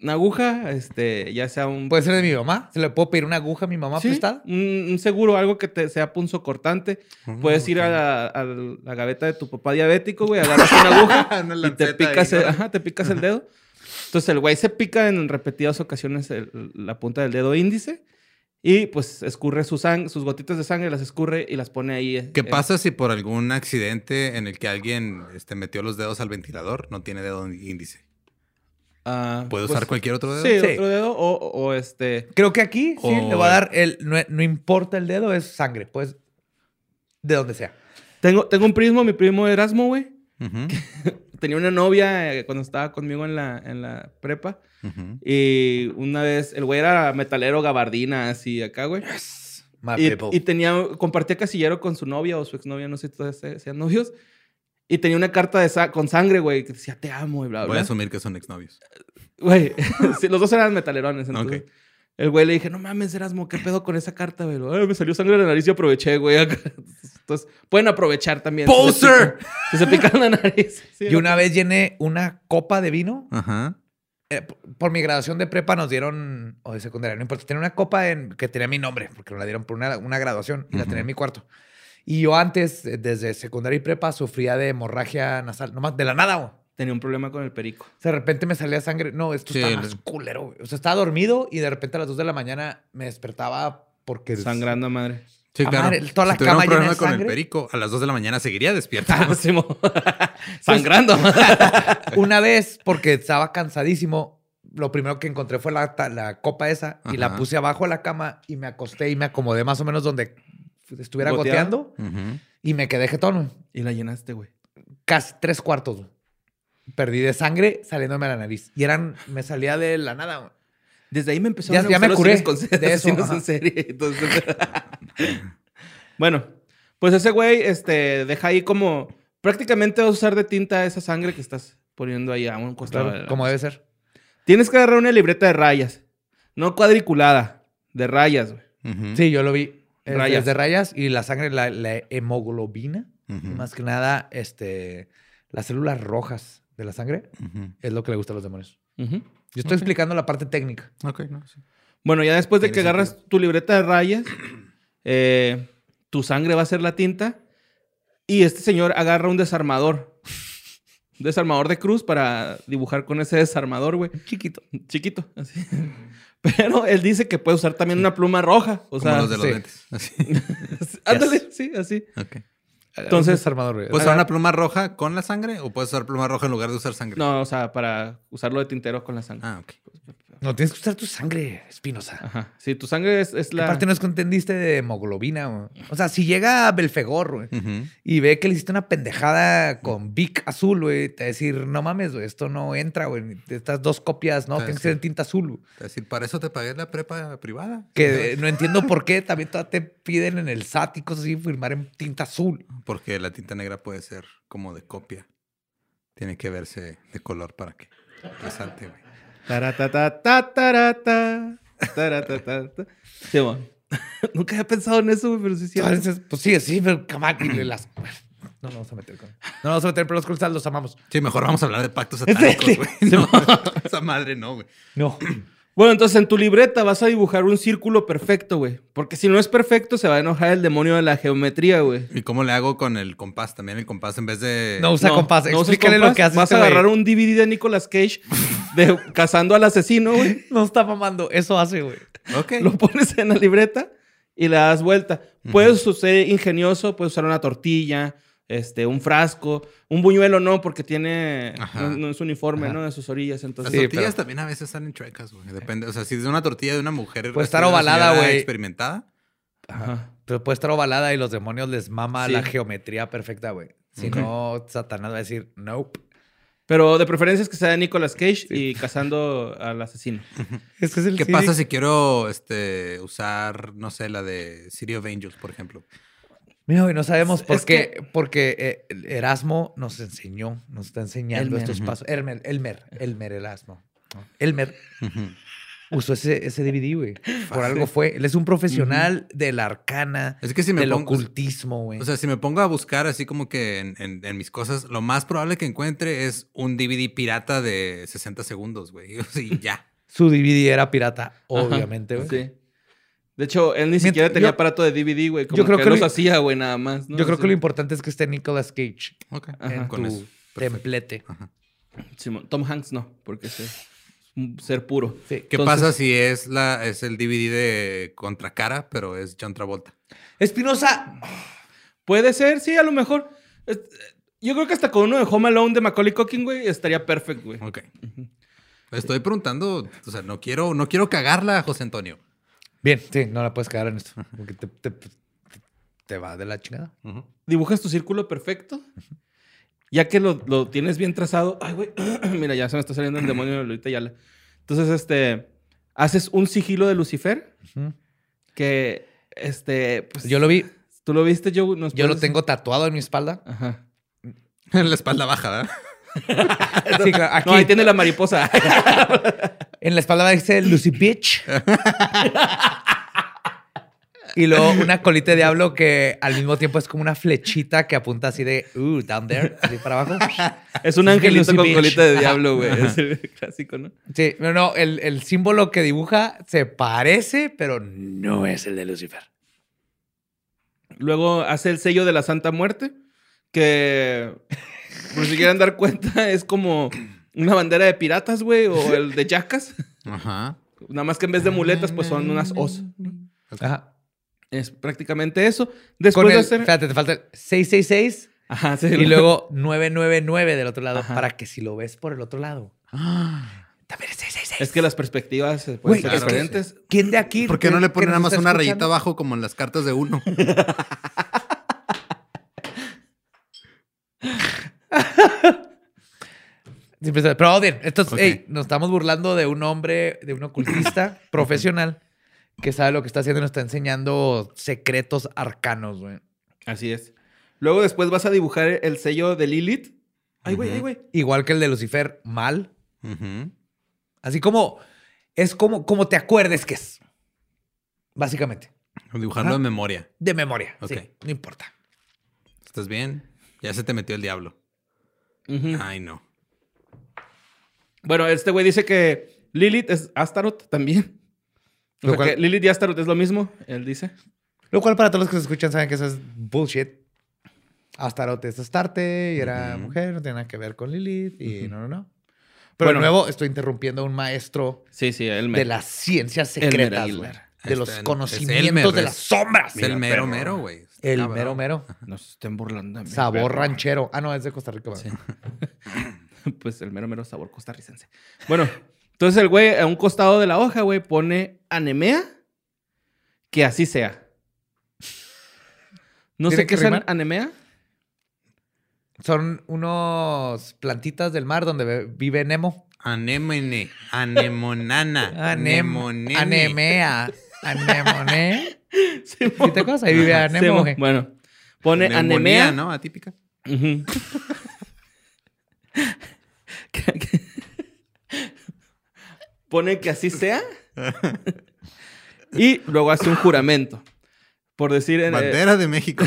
C: Una aguja, este, ya sea un.
B: Puede ser de mi mamá. Se le puedo pedir una aguja a mi mamá
C: Sí,
B: prestada.
C: Un, un seguro, algo que te sea punzo cortante.
D: Ah,
C: Puedes ir a la, a la gaveta de tu papá diabético, güey, agarras una aguja
D: Una
C: y te
D: lanceta
C: picas,
D: ahí,
C: el,
D: ¿no?
C: ajá, te picas el dedo. Entonces el güey se pica en repetidas ocasiones el- la punta del dedo índice Y pues escurre su sang sus gotitas de sangre, las escurre y las pone ahí. eh,
D: ¿Qué
C: eh,
D: pasa si por algún accidente en el que alguien este, metió los dedos al ventilador no tiene dedo índice?
C: ah,
D: ¿Puede
C: pues,
D: usar cualquier otro dedo?
C: Sí,
B: Sí.
C: otro dedo o, o- o este.
B: Creo que aquí sí,
D: O-
B: le va a dar el. No, no importa el dedo, es sangre, pues. De donde sea.
C: Tengo, tengo un primo, mi primo Erasmo, güey.
D: Ujú,
C: Tenía una novia eh, cuando estaba conmigo en la, en la prepa.
D: ujú.
C: Y una vez, el güey era metalero gabardina, así acá, güey.
D: Ah,
B: My
C: Y,
B: people.
C: y tenía, compartía casillero con su novia o su exnovia, no sé si todavía se- sean novios. Y tenía una carta de sa- con sangre, güey, que decía te amo y bla,
D: Voy a
C: bla. bla.
D: asumir que son exnovios.
C: Güey, sí, los dos eran metalerones. Entonces,
D: Ok.
C: El güey le dije, no mames, Erasmo, ¿qué pedo con esa carta, güey? Ay, me salió sangre de la nariz y aproveché, güey. Entonces, pueden aprovechar también. si se
D: ¡Poser!
C: pican- Si se pican la nariz. Sí,
B: Yo una vez llené una copa de vino.
D: Ajá.
B: Eh, p- por mi graduación de prepa nos dieron, o de secundaria, no importa, tenía una copa en- que tenía mi nombre, porque nos la dieron por una, una graduación y la tenía en
D: Ujú.
B: mi cuarto. Y yo antes, eh, desde secundaria y prepa, sufría de hemorragia nasal, nomás de la nada, güey.
C: Tenía un problema con el perico.
B: O sea, de repente me salía sangre. No, esto
D: Sí,
B: está
D: el-
B: más culero, güey. O sea, estaba dormido y de repente a las 2 de la mañana me despertaba porque...
C: Sangrando a madre.
D: Sí,
B: Ah,
D: claro.
B: madre, toda la
D: si tuviera
B: cama llena
D: un
B: de
D: problema con el
B: sangre.
D: perico, a las 2 de la mañana seguiría despierto.
C: Sí, mo.
B: pues,
C: Sangrando.
B: Una vez, porque estaba cansadísimo, lo primero que encontré fue la, ta- la copa esa y la
D: Ajá.
B: puse abajo de la cama y me acosté y me acomodé más o menos donde estuviera
C: Goteaba.
B: goteando
D: Ujú.
B: y me quedé jetón. güey.
C: y la llenaste, güey.
B: casi tres cuartos. güey. Perdí de sangre saliéndome a la nariz. Y eran, me salía de la nada. güey.
C: Desde ahí me empezaron
B: Ya-
C: a
B: ya me
C: gustar los
B: curé
C: cines con series,
B: de eso,
C: asesinos
B: ajá.
C: en serie. Entonces, bueno, pues ese güey este, deja ahí como... Prácticamente vas a usar de tinta esa sangre que estás poniendo ahí a un costado. de la-
B: como debe ser.
C: Tienes que agarrar una libreta de rayas. No cuadriculada. De rayas, güey.
D: Ujú.
B: Sí, yo lo vi. Es-
C: Rayas.
B: Este, es de rayas y la sangre, la, la hemoglobina,
D: Ujú.
B: más que nada, este, las células rojas de la sangre
D: Ujú.
B: es lo que le gusta a los demonios.
C: Ujú.
B: Yo estoy explicando la parte técnica.
D: Ok, no, sí.
C: Bueno, ya después de
D: Tiene
C: que agarras tu libreta de rayas, eh, tu sangre va a ser la tinta. Y este señor agarra un desarmador. Un desarmador de cruz para dibujar con ese desarmador, güey. Chiquito. Chiquito, así. Pero él dice que puede usar también una pluma roja. O
D: Como
C: sea,
D: los de los
B: sí.
D: lentes. Así.
C: ándale, sí, así.
D: Ok.
C: Entonces-
B: armador, güey. Ah,
D: ¿Puedes usar una pluma roja con la sangre o puedes usar pluma roja en lugar de usar sangre?
C: No, o sea, para usarlo de tintero con la sangre.
D: Ah, ok.
B: no tienes que usar tu sangre, Espinosa.
C: Ajá. Sí, tu sangre es, es la.
B: Aparte, no es que entendiste de hemoglobina. güey. O sea, si llega Belfegor, güey,
D: Ujú.
B: y ve que le hiciste una pendejada con Vic azul, güey, te va a decir, no mames, güey, esto no entra, güey. Estas dos copias, no,
D: Ah,
B: tienen que
D: sí.
B: ser en tinta azul. güey".
D: Es decir, para eso te pagué la prepa privada.
B: Que eh, no entiendo por qué también todavía te piden en el SAT y cosas así firmar en tinta azul.
D: Porque la tinta negra puede ser como de copia. Tiene que verse de color para que resalte, güey.
C: Taratatatatata, taratatata. Sí, mo. Nunca había pensado en eso, güey, pero sí es cierto.
B: Entonces, pues sí, sí, pero camar- y le las... No nos vamos a meter con... No nos vamos a meter, pero los cruzales los amamos.
D: Sí, mejor vamos a hablar de pactos satánicos, güey. No, esa madre no, güey.
B: No.
C: Bueno, entonces en tu libreta vas a dibujar un círculo perfecto, güey. Porque si no es perfecto, se va a enojar el demonio de la geometría, güey.
D: ¿Y cómo le hago con el compás? También el compás en vez de...
B: No usa compás.
C: no usas
B: Explícale lo
C: compás.
B: que hace
C: Vas
B: este
C: a
B: güey.
C: agarrar un DVD de Nicolas Cage de Cazando al Asesino, güey.
B: No está mamando. Eso hace, güey.
D: Ok.
C: Lo pones en la libreta y le das vuelta. Puedes ser ingenioso, puedes usar una tortilla, este, un frasco, un buñuelo no, porque tiene...
D: Ajá.
C: No, no es uniforme, ¿no? De sus orillas,
D: Las
C: entonces...
D: tortillas también a veces salen chuecas, güey. Depende. O sea, si es una tortilla de una mujer...
B: Puede
D: así,
B: estar
D: de una
B: ovalada,
D: señora
B: güey.
D: Experimentada.
C: Ajá.
B: Pero puede estar ovalada y los demonios les mama
C: Sí.
B: la geometría perfecta, güey. Si no, Satanás va a decir, nope.
C: Pero de preferencia es que sea Nicolas Cage y cazando al asesino.
B: Es que es el
D: ¿Qué pasa si quiero este, usar, no sé, la de City of Angels, por ejemplo?
B: Mira, güey, no sabemos por
C: es
B: qué, porque eh, el Erasmo nos enseñó, nos está enseñando
C: Elmer.
B: estos
D: Ujú.
B: pasos. Elmer, Elmer, Elmer Erasmo. Elmer usó ese, ese DVD, güey. Por algo fue. Él es un profesional de la arcana,
D: Es que si me
B: del
D: pongo-
B: ocultismo, güey.
D: O sea, si me pongo a buscar así como que en, en- en mis cosas, lo más probable que encuentre es un DVD pirata de 60 segundos, güey. O sea, y ya.
B: Su DVD era pirata, obviamente, güey.
C: Sí. De hecho, él ni siquiera tenía
B: yo-
C: aparato de DVD, güey.
B: yo creo
C: Yo creo que,
B: que
C: los
B: lo-
C: hacía, güey, nada más. ¿no?
B: Yo creo
C: Así.
B: que lo importante es que esté Nicolas Cage
D: Ok.
C: Ajá.
B: en
D: Eh, Con
B: tu
D: eso. Perfecto. Ah.
B: templete.
C: Simón. Tom Hanks no, porque se mm, ser puro.
I: Sí.
D: ¿Qué
C: Entonces-
D: pasa si es la es el DVD de Contracara, pero es John Travolta?
I: Espinosa,
C: Puede ser, sí, a lo mejor. Es- Yo creo que hasta con uno de Home Alone de Macaulay Culkin, güey, estaría perfecto, güey.
D: Ok. Estoy preguntando, o sea, no quiero, no quiero cagarla, José Antonio.
I: Bien, sí, no la puedes cagar en esto. Porque te, te- te va de la chingada.
C: Dibujas tu círculo perfecto. Ya que lo, lo tienes bien trazado. Ay, güey. Mira, ya se me está saliendo el demonio de Lolita Yala. Entonces, este. Haces un sigilo de Lucifer.
I: Ujú.
C: Que, este. Pues,
I: Yo lo vi,
C: Tú lo viste, yo. ¿Nos
I: yo lo
C: puedes-
I: tengo tatuado en mi espalda.
C: Ajá.
D: En la espalda baja, ¿verdad?
I: Sí, claro, aquí
C: No, ahí tiene la mariposa.
I: en la espalda dice Lucy Bitch. y luego una colita de diablo que al mismo tiempo es como una flechita que apunta así de, uh, down there, así para abajo.
C: es un
I: Es
C: angelito
I: Lucy
C: con
I: Bitch.
C: colita de diablo, güey. Es el clásico, ¿no?
I: Sí, no, no, el, el símbolo que dibuja se parece, pero no es el de Lucifer.
C: Luego hace el sello de la Santa Muerte, que por si quieren dar cuenta, es como una bandera de piratas, güey, o el de yacas.
D: Ajá.
C: Nada más que en vez de muletas, pues son unas
D: Mm,
C: os.
I: Ajá.
C: Es prácticamente eso. Después
I: Con el,
C: de hacer.
I: Espérate, te falta el 666
C: Ajá, sí,
I: y luego 999 del otro lado
C: Ajá.
I: para que si lo ves por el otro lado.
D: Ah.
I: También es 666.
C: Es que las perspectivas eh,
I: Güey,
C: pueden ser
D: claro.
C: diferentes.
I: ¿Quién de aquí?
D: ¿Por qué no
I: que-
D: le
I: que
D: ponen nada
I: nos
D: más
I: está
D: una rayita
I: escuchando?
D: abajo como en las cartas de uno?
I: Siempre se- pues, Pero odien. Entonces,
D: Ok.
I: ey, nos estamos burlando de un hombre, de un ocultista profesional que sabe lo que está haciendo y nos está enseñando secretos arcanos, güey.
C: Así es. Luego después vas a dibujar el sello de Lilith. Ay, güey, ay, güey.
I: Igual que el de Lucifer, mal.
D: Ujú.
I: Así como es como, como te acuerdes que es. Básicamente.
D: Dibujarlo
I: Ajá.
D: de memoria.
I: De memoria.
D: Ok.
I: Sí, no importa.
D: ¿Estás bien? Ya se te metió el diablo.
C: Ujú.
D: Ay, no.
C: Bueno, este güey dice que Lilith es Astaroth también. O
I: Lo
C: sea
I: cual-
C: que Lilith y Astaroth es lo mismo, él dice.
I: Lo cual para todos los que se escuchan saben que eso es bullshit. Astarote es Astarte y era mujer, no tiene nada que ver con Lilith y no, no, no. Pero
C: Bueno.
I: de nuevo estoy interrumpiendo a un maestro
C: Sí, sí, él
I: de las ciencias
C: Elmer
I: secretas, güey.
C: Aguilar.
I: De los
D: Este, es Elmer,
I: conocimientos de
D: es-
I: las sombras.
D: Es el mero mero, güey. Está
I: El
D: cabrón.
I: mero mero.
C: Nos estén burlando. de mí.
I: Sabor ranchero. Ah, no, es de Costa Rica. ¿verdad?
C: Pues el mero, mero sabor costarricense. Bueno, entonces el güey a un costado de la hoja, güey, pone anemea. Que así sea. No
I: ¿Tiene
C: sé qué
I: que
C: es an-
I: rimar?
C: anemea.
I: Son unos plantitas del mar donde ve- vive Nemo.
D: Anémone. Anemonana.
I: Anem
D: Anemonene.
I: anemea. Anemone.
C: Simón.
I: ¿Y te acuerdas? Ahí vive Anemo,
C: Simón.
I: güey.
C: Bueno, pone
D: Neumonía,
C: anemea.
D: ¿no? Atípica.
C: Ujú. Que- que- Pone que así sea. y luego hace un juramento. Por decir
D: Eh,
C: en el
D: Bandera de México.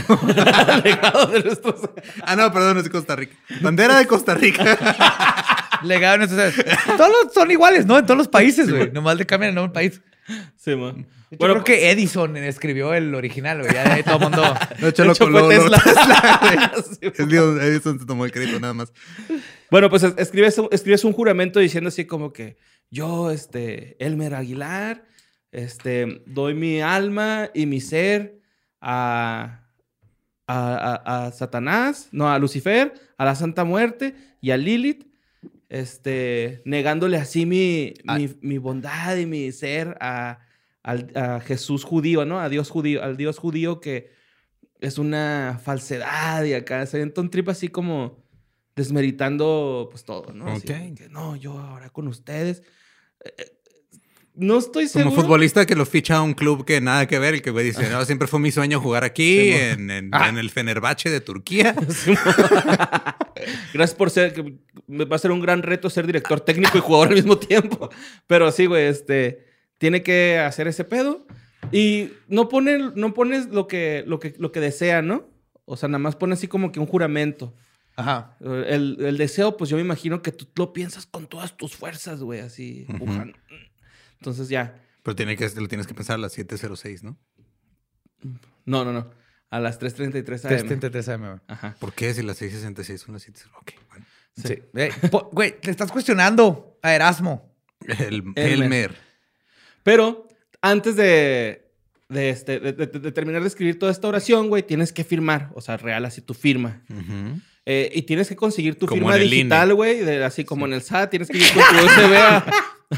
C: legado de nuestros.
D: ah, no, perdón, es de Costa Rica. Bandera de Costa Rica.
I: Legado en estos- Todos los- son iguales, ¿no? En todos los países, güey. Nomás le cambian el nombre del país.
C: Sí, man.
I: Yo
C: Bueno, pues,
I: creo que Edison escribió el original, güey. Ya de ahí todo el mundo.
D: No,
C: de
D: chalo,
C: hecho, fue
D: color,
C: Tesla. Sí,
D: Es Leon Edison se tomó el crédito nada más.
C: Bueno, pues es- escribes, escribes un juramento diciendo así como que yo, este, Elmer Aguilar, este, doy mi alma y mi ser a, a, a- a Satanás, no, a Lucifer, a la Santa Muerte y a Lilith, este, negándole así mi, mi, mi bondad y mi ser a, al- a Jesús judío, ¿no? A Dios judío, al Dios judío que es una falsedad y acá se avienta un trip así como desmeritando pues todo, ¿no? Así
D: Ok.
C: que, no, yo ahora con ustedes. Eh, eh, No estoy
D: Como
C: seguro.
D: futbolista que lo ficha a un club que nada que ver, el que güey dice, no, siempre fue mi sueño jugar aquí, en, en-
I: Ah.
D: en el Fenerbahce de Turquía.
C: Gracias por ser. que me Va a ser un gran reto ser director técnico y jugador al mismo tiempo. Pero sí, güey, este. Tiene que hacer ese pedo. Y no, pone, no pones lo que, lo, que, lo que desea, ¿no? O sea, nada más pone así como que un juramento.
I: Ajá.
C: El, el deseo, pues yo me imagino que tú lo piensas con todas tus fuerzas, güey, así. pujando. Entonces ya.
D: Pero tiene que, lo tienes que pensar a las 7.06, ¿no?
C: No, no, no. A las 3.33 AM.
I: 333 AM, güey.
C: Ajá.
D: ¿Por qué si las 6.66 son las 7.06? Ok, bueno.
I: Sí. Ey, po- Güey, le estás cuestionando a Erasmo.
D: El
C: Elmer.
D: Elmer.
C: Pero antes de, de este, de, de- de terminar de escribir toda esta oración, güey, tienes que firmar. O sea, real, así tu firma.
D: Ujú.
C: Eh, y tienes que conseguir tu
D: Como
C: firma
D: en el
C: digital,
D: INE.
C: güey, de- así como en el SAT. Tienes que ir con tu USB a,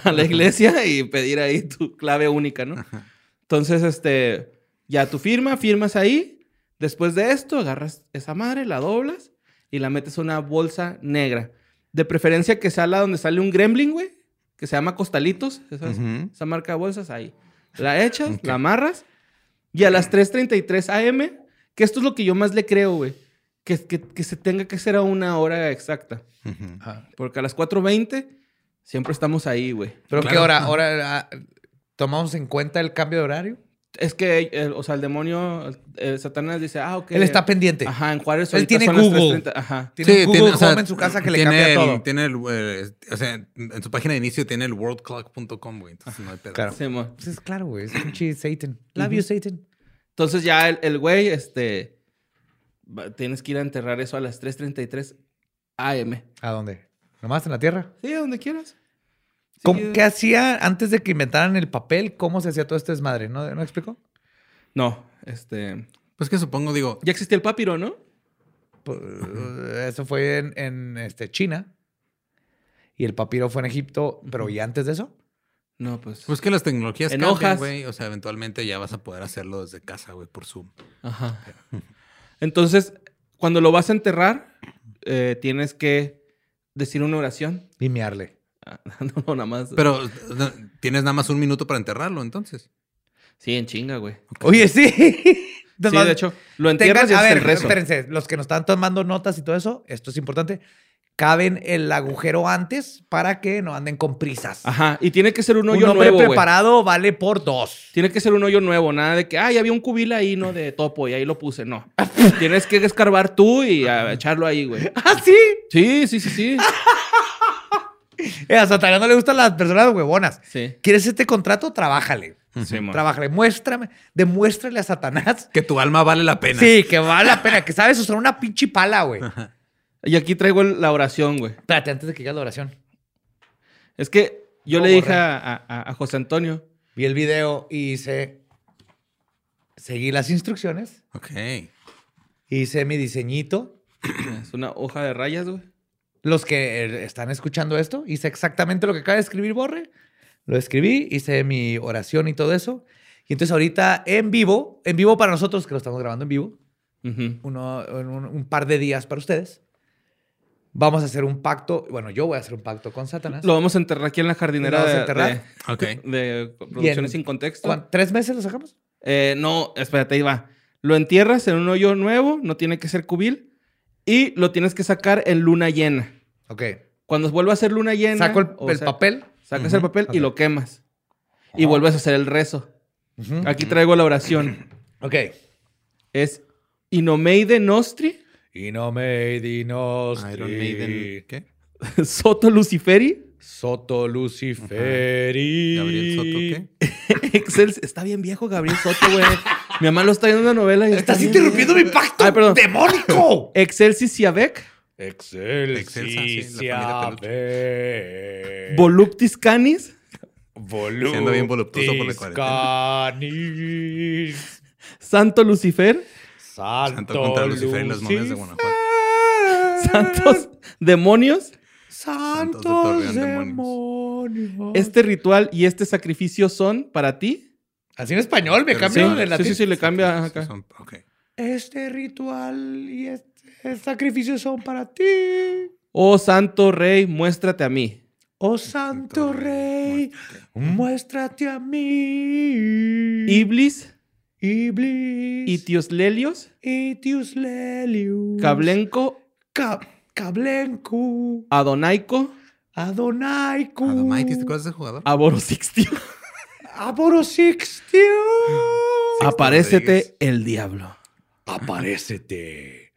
C: a la iglesia y pedir ahí tu clave única, ¿no? Entonces, este, ya tu firma, firmas ahí. Después de esto, agarras esa madre, la doblas y la metes a una bolsa negra. De preferencia que sea la donde sale un gremlin, güey, que se llama Costalitos. ¿sabes?
D: Ujú.
C: Esa marca de bolsas ahí. La echas, la amarras y a las 3.33 AM, que esto es lo que yo más le creo, güey, que, que, que se tenga que hacer a una hora exacta.
D: Ujú.
C: Porque a las 4.20 siempre estamos ahí, güey.
B: Pero
D: Claro.
B: que ahora, ahora ah, tomamos en cuenta el cambio de horario.
C: Es que, eh, o sea, el demonio, eh, Satanás dice, ah, ok.
B: Él está pendiente.
C: Ajá, en Juárez.
B: Él
C: ahorita
B: tiene
C: son las
B: Google.
C: 3:30, Ajá.
B: Tiene un Google
D: o sea,
B: Home en su casa que le
D: tiene
B: cambia
D: el-
B: todo.
D: Tiene el, eh, o sea, en su página de inicio tiene el worldclock.com, güey. Entonces no hay pedo.
B: Claro.
C: Simón.
B: Pues es claro, güey. Es un pinche Satan. Love you, Satan.
C: Entonces ya el- el güey, este, va- tienes que ir a enterrar eso a las 3.33 AM.
B: ¿A dónde? ¿Nomás en la tierra?
C: Sí, a donde quieras. Sí,
B: ¿Cómo-
C: eh,
B: ¿Qué hacía antes de que inventaran el papel? ¿Cómo se hacía todo este desmadre? ¿No, ¿No explico?
C: No, este...
D: Pues que supongo, digo,
C: Ya existía el papiro, ¿no?
B: Pues, Eso fue en, en, este, China. Y el papiro fue en Egipto. Pero ¿y antes de eso?
C: No, pues.
D: pues que las tecnologías
C: En
D: cambian,
C: hojas.
D: güey. O sea, eventualmente ya vas a poder hacerlo desde casa, güey, por Zoom.
C: Ajá. Entonces, cuando lo vas a enterrar, eh, tienes que decir una oración.
B: Limearle.
C: Ah, No, no, nada más.
D: Pero no, tienes nada más un minuto para enterrarlo, entonces.
C: Sí, en chinga, güey.
B: Oye, sí.
C: pues, Sí,
B: Nomás-
C: de hecho, lo
B: Tengan-
C: entierras y
B: a
C: haces
B: ver,
C: el rezo.
B: espérense, los que nos están tomando notas y todo eso, esto es importante. Caben el agujero antes para que no anden con prisas.
C: Ajá. Y tiene que ser un
B: un
C: hoyo
B: hombre
C: nuevo. güey.
B: preparado vale por dos.
C: Tiene que ser un hoyo nuevo, nada de que, ay, había un cubil ahí, ¿no? De topo y ahí lo puse. No. tienes que escarbar tú y ah, echarlo ahí, güey.
B: ¿Ah, sí?
C: Sí, sí, sí, sí.
B: Eh, a Satanás no le gustan las personas huevonas.
C: Sí.
B: ¿Quieres este contrato? Trabájale.
C: Sí, mon.
B: Trabájale. Muéstrame. Demuéstrale a Satanás.
D: Que tu alma vale la pena.
B: Sí, que vale la pena. Que sabes usar una pinche pala, güey.
C: Y aquí traigo el- la oración, güey.
B: Espérate, antes de que llegue la oración.
C: Es que yo
B: No,
C: le dije
B: borré.
C: a- a- a- a José Antonio,
B: Vi el video y hice... Seguí las instrucciones.
D: Ok.
B: Hice mi diseñito.
C: Es una hoja de rayas, güey.
B: los que eh, están escuchando esto, hice exactamente lo que acaba de escribir Borre. Lo escribí, hice mi oración y todo eso. Y entonces ahorita en vivo, en vivo para nosotros, que lo estamos grabando en vivo,
C: Ujú.
B: uno, en un, un par de días para ustedes, vamos a hacer un pacto. Bueno, yo voy a hacer un pacto con Satanás.
C: Lo vamos a enterrar aquí en la jardinera
B: ¿Lo vas a
C: de,
B: enterrar?
D: Ok.
C: de- de Producciones Sin Contexto.
B: ¿Cuán- ¿Tres meses lo sacamos?
C: Eh, no, espérate, ahí va. Lo entierras en un hoyo nuevo, no tiene que ser cubil, y lo tienes que sacar en luna llena.
B: Ok.
C: Cuando vuelva a ser luna llena...
B: Saco el,
C: o
B: el
C: sea,
B: papel.
C: Sacas el papel y lo quemas. Y vuelves a hacer el rezo.
B: Ujú.
C: Aquí traigo la oración.
B: Ok.
C: Es Inomeide Nostri,
B: Y no me dinos.
D: Iron Maiden. ¿Qué?
C: Soto Luciferi,
B: Soto Luciferi.
D: Gabriel Soto, ¿qué?
C: Excel. Está bien viejo Gabriel Soto, güey. Mi mamá lo está viendo en una novela y está
B: Estás
C: bien
B: interrumpiendo mi
C: viejo.
B: pacto.
C: Ay, perdón.
B: ¡Demónico!
C: Excelsis Yavec,
D: Excelsa, sí, la familia
B: Excelsiave.
C: Voluptis Canis,
B: Voluptis
D: Siendo bien voluptuoso por la cuarentena.
B: canis,
C: Santo Lucifer,
D: Santo
B: Santo
D: contra Lucifer y las momias de Guanajuato.
B: Ah,
C: Santos Demonios.
D: Santos de Torreón, demonios.
B: demonios.
C: Este ritual y este sacrificio son para ti.
B: Así en español, me
D: Pero
C: Sí,
B: cambio
D: Ah,
B: de
C: sí,
B: latín.
C: sí, sí, le cambia
D: Sí,
C: acá.
D: son- ok.
B: Este ritual y este sacrificio son para ti.
C: Oh Santo Rey, muéstrate a mí.
B: Oh
D: Este
B: Santo Rey,
D: Mm.
B: muéstrate a mí.
C: Iblis,
B: Iblis.
C: Itios Lelios,
B: Itius Lelius.
C: Cablenco,
B: Ca- Cablencu.
C: Adonaico,
B: Adonaicu.
D: Adamaitis, ¿te acuerdas de ese jugador?
C: Aborosixtio.
B: Aborosixtio.
C: Aparécete el diablo.
B: Aparécete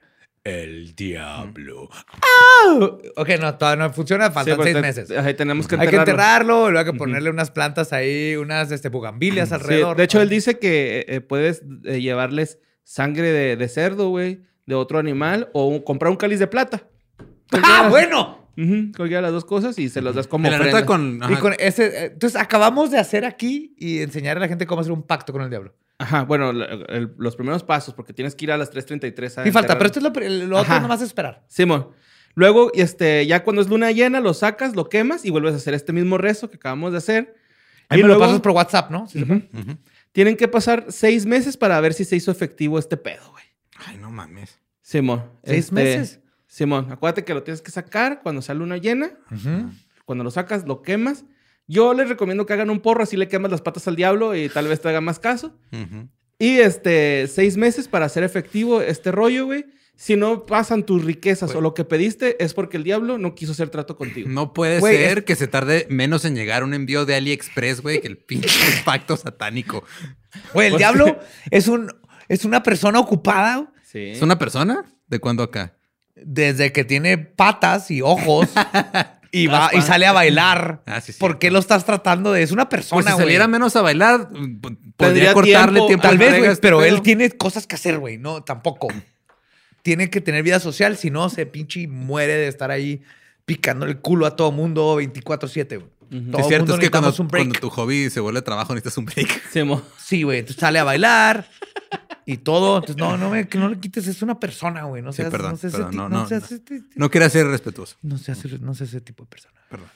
B: el diablo. Ok, no, todavía no funciona. Faltan
C: Sí,
B: seis
C: pues,
B: meses.
C: te- Ahí tenemos que
B: Hay que
C: enterrarlo.
B: enterrarlo, luego hay que ponerle unas plantas ahí, unas este, bugambilias
C: Sí,
B: alrededor.
C: de hecho, él dice que eh, eh, puedes eh, llevarles sangre de, de cerdo, güey, de otro animal, o un- comprar un cáliz de plata.
B: ¡Ah, bueno!
C: Ujú, cualquiera de las dos cosas y se los das como
D: En la neta
C: ofrenda.
D: con...
B: Y
D: ajá,
B: con ese, eh, entonces acabamos de hacer aquí y enseñar a la gente cómo hacer un pacto con el diablo.
C: Ajá, bueno, la- el- los primeros pasos, porque tienes que ir a las 3.33 a
B: Y falta,
C: enterrar-
B: pero esto es lo, pri- lo otro
C: Ajá.
B: nomás es esperar.
C: Simón. Luego, este, ya cuando es luna llena, lo sacas, lo quemas y vuelves a hacer este mismo rezo que acabamos de hacer.
B: Ahí
C: Y
B: me
C: luego-
B: lo pasas por WhatsApp, ¿no? Sí,
C: Ujú. Tienen que pasar seis meses para ver si se hizo efectivo este pedo, güey.
D: Ay, no mames.
C: Simón.
B: ¿Seis
C: este,
B: meses?
C: Simón, acuérdate que lo tienes que sacar cuando sea luna llena.
B: Ujú.
C: Cuando lo sacas, lo quemas. Yo les recomiendo que hagan un porro, así le quemas las patas al diablo y tal vez te haga más caso.
D: Ujú.
C: Y este, seis meses para hacer efectivo este rollo, güey. Si no pasan tus riquezas o lo que pediste, es porque el diablo no quiso hacer trato contigo.
D: No puede
B: Güey,
D: ser que se tarde menos en llegar un envío de AliExpress, güey, que el pinche pacto satánico.
B: Güey,
D: Pues
I: Pues
B: el diablo es, un, es una persona ocupada
C: Sí.
D: ¿Es una persona? ¿De cuándo acá?
B: desde que tiene patas y ojos y, va, y
C: Aspa.
B: sale a bailar.
D: Ah, sí, sí.
B: ¿Por qué lo estás tratando de...? Es una persona,
D: Pues si
B: güey.
D: saliera menos a bailar, mm, po- podría
C: Tendría
D: cortarle
C: tiempo.
D: tiempo.
B: Tal
D: al
B: vez,
D: Regas,
B: güey, pero
D: este
B: él
D: pedo.
B: tiene cosas que hacer, güey. No, tampoco. Tiene que tener vida social, si no, se pinche y muere de estar ahí picando el culo a todo mundo 24-7. güey. Todo
D: Es cierto,
B: mundo
D: es que cuando,
B: necesitamos un break.
D: cuando tu hobby se vuelve trabajo necesitas un break.
C: Simón.
B: Sí, güey, entonces sale a bailar y todo. Entonces, no, no, me, que no le quites, es una persona, güey. No
D: Sí,
B: seas,
D: perdón,
B: no seas
D: perdón,
B: ese ti-
D: no,
B: no
D: no,
B: seas
D: no.
B: este- este-
D: No quiera ser respetuoso.
B: no seas- no seas ese tipo de persona.
D: Perdón.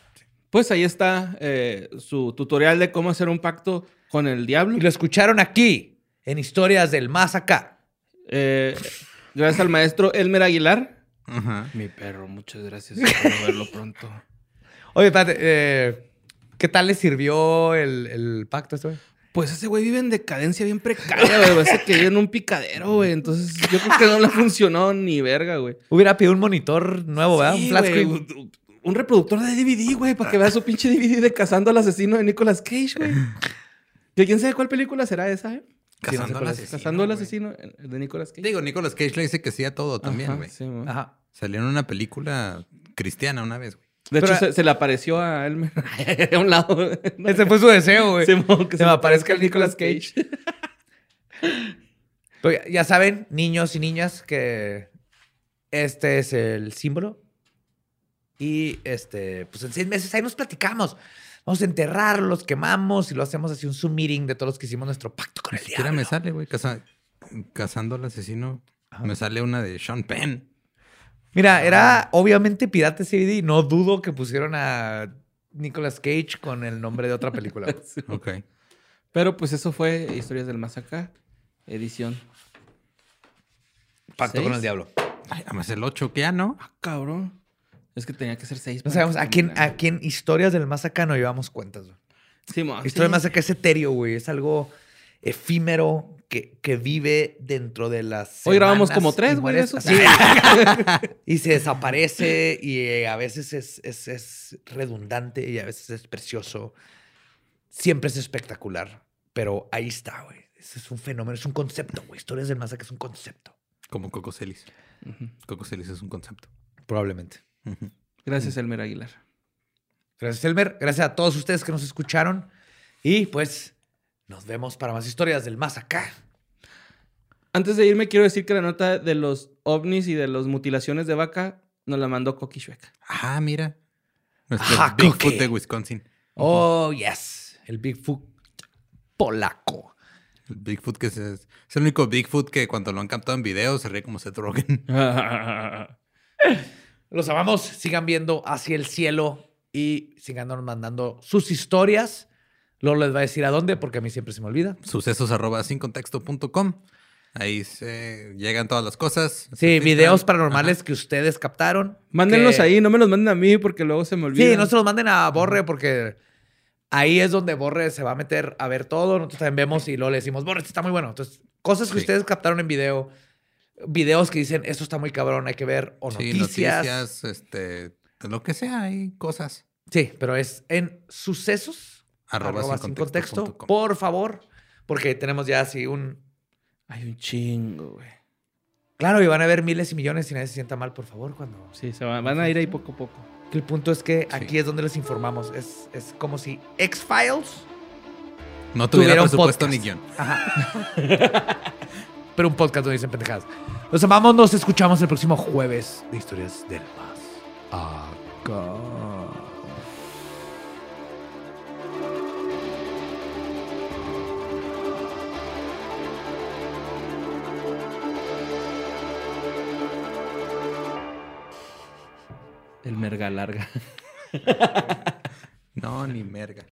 C: Pues ahí está eh, su tutorial de cómo hacer un pacto con el diablo.
B: Y lo escucharon aquí, en Historias del Más Acá.
C: Eh, gracias al maestro Elmer Aguilar.
D: Ajá.
C: Mi perro, muchas gracias. Espero verlo pronto.
B: Oye, espérate, eh, ¿qué tal le sirvió el, el pacto a este güey?
C: Pues ese güey vive en decadencia bien precaria, güey. Parece que vive en un picadero, güey. Entonces yo creo que no le funcionó ni verga, güey.
B: Hubiera pedido un monitor nuevo, ¿verdad?
C: Sí,
B: un flat
C: güey,
B: screen.
C: un- Un reproductor de DVD, güey, para que vea su pinche DVD de Cazando al Asesino de Nicolas Cage, güey. Que quién sabe cuál película será esa, eh? Sí, no sé
D: Cazando al
C: cuál es.
D: asesino,
C: Cazando al
D: güey.
C: Asesino eh, de Nicolas Cage.
D: Digo, Nicolas Cage le dice que sí a todo también,
C: Ajá,
D: güey.
C: sí, güey.
B: Ajá.
D: Salió en una película cristiana una vez, güey.
C: De
B: Pero-
C: hecho, se, se le apareció a Elmer a un lado.
B: Ese fue su deseo, güey.
C: Simón,
B: que se me aparezca el Nicolas Cage.
C: Cage.
B: Pero ya- ya saben, niños y niñas, que este es el símbolo. Y este, pues en seis meses ahí nos platicamos. Vamos a enterrar, los quemamos y lo hacemos así un Zoom meeting de todos los que hicimos nuestro pacto con
D: Ni
B: el
D: siquiera
B: diablo.
D: me sale, güey. Caza- Cazando al asesino. Me sale una de Sean Penn.
B: Mira,
C: Ah.
B: era obviamente Pirate CD. No dudo que pusieron a Nicolas Cage con el nombre de otra película. güey.
D: Ok.
C: Pero pues eso fue Historias del Más Acá, edición.
B: Pacto
C: ¿Seis?
B: con el diablo.
D: Ay, además el 8, que ya no.
C: Ah, cabrón. Es que tenía que ser seis.
B: No
C: para
B: sabemos
C: que
B: a quién,
C: terminara.
B: a quién historias del más acá no llevamos cuentas. güey.
C: Simón, sí,
B: Historia más acá es etéreo, güey. Es algo efímero que, que vive dentro de las.
C: Hoy grabamos
B: semanas
C: como tres,
B: y
C: güey,
B: mueres-
C: eso.
B: así. y se desaparece y eh, a veces es, es- es redundante y a veces es precioso. Siempre es espectacular, pero ahí está, güey. Ese es un fenómeno, es un concepto, güey. Historias del más acá es un concepto.
D: Como Coco Celis.
C: Ujú.
D: Coco Celis es un concepto.
B: Probablemente.
D: Ujú.
C: Gracias, Elmer Aguilar.
B: Gracias, Elmer. Gracias a todos ustedes que nos escucharon. Y pues nos vemos para más historias del más acá.
C: Antes de irme, quiero decir que la nota de los ovnis y de las mutilaciones de vaca nos la mandó Coqui Shueca.
D: Ah, mira. Nuestro
B: Ajá,
D: Bigfoot
B: Coque.
D: de Wisconsin.
B: Oh, yes. El Bigfoot polaco.
D: El Bigfoot que se- es el único Bigfoot que cuando lo han captado en video se ríe como Seth Rogen.
B: Los amamos. Sigan viendo hacia el cielo y sigan mandando sus historias. Lolo les va a decir a dónde, porque a mí siempre se me olvida.
D: Sucesos arroba sin contexto punto com. Ahí se llegan todas las cosas. Se
B: Sí,
D: filtran.
B: videos paranormales que ustedes captaron.
C: Mándenlos
B: que-
C: ahí, no me los manden a mí porque luego se me olvida.
B: Sí, no se los manden a Borre porque ahí es donde Borre se va a meter a ver todo. Nosotros también vemos y luego le decimos, Borre, esto está muy bueno. Entonces, cosas que
D: Sí.
B: ustedes captaron en video, videos que dicen, esto está muy cabrón, hay que ver, o
D: Sí,
B: noticias.
D: noticias, este, lo que sea, hay cosas.
B: Sí, pero es en sucesos, arroba,
D: Arroba,
B: sin contexto,
D: punto com.
B: por favor, porque tenemos ya así un...
C: Hay un chingo, güey.
B: Claro, y van a haber miles y millones y nadie se sienta mal, por favor, cuando...
C: Sí, se van, van a ir ahí poco a poco.
B: Que el punto es que aquí es donde les informamos. Es, es como si X-Files...
D: No tuviera
B: Tuvieron
D: presupuesto
B: podcast.
D: ni guión.
B: pero un podcast donde dicen pendejadas. Los amamos, nos escuchamos el próximo jueves de Historias del Más. Acá. God.
I: El merga larga.
D: No, ni merga.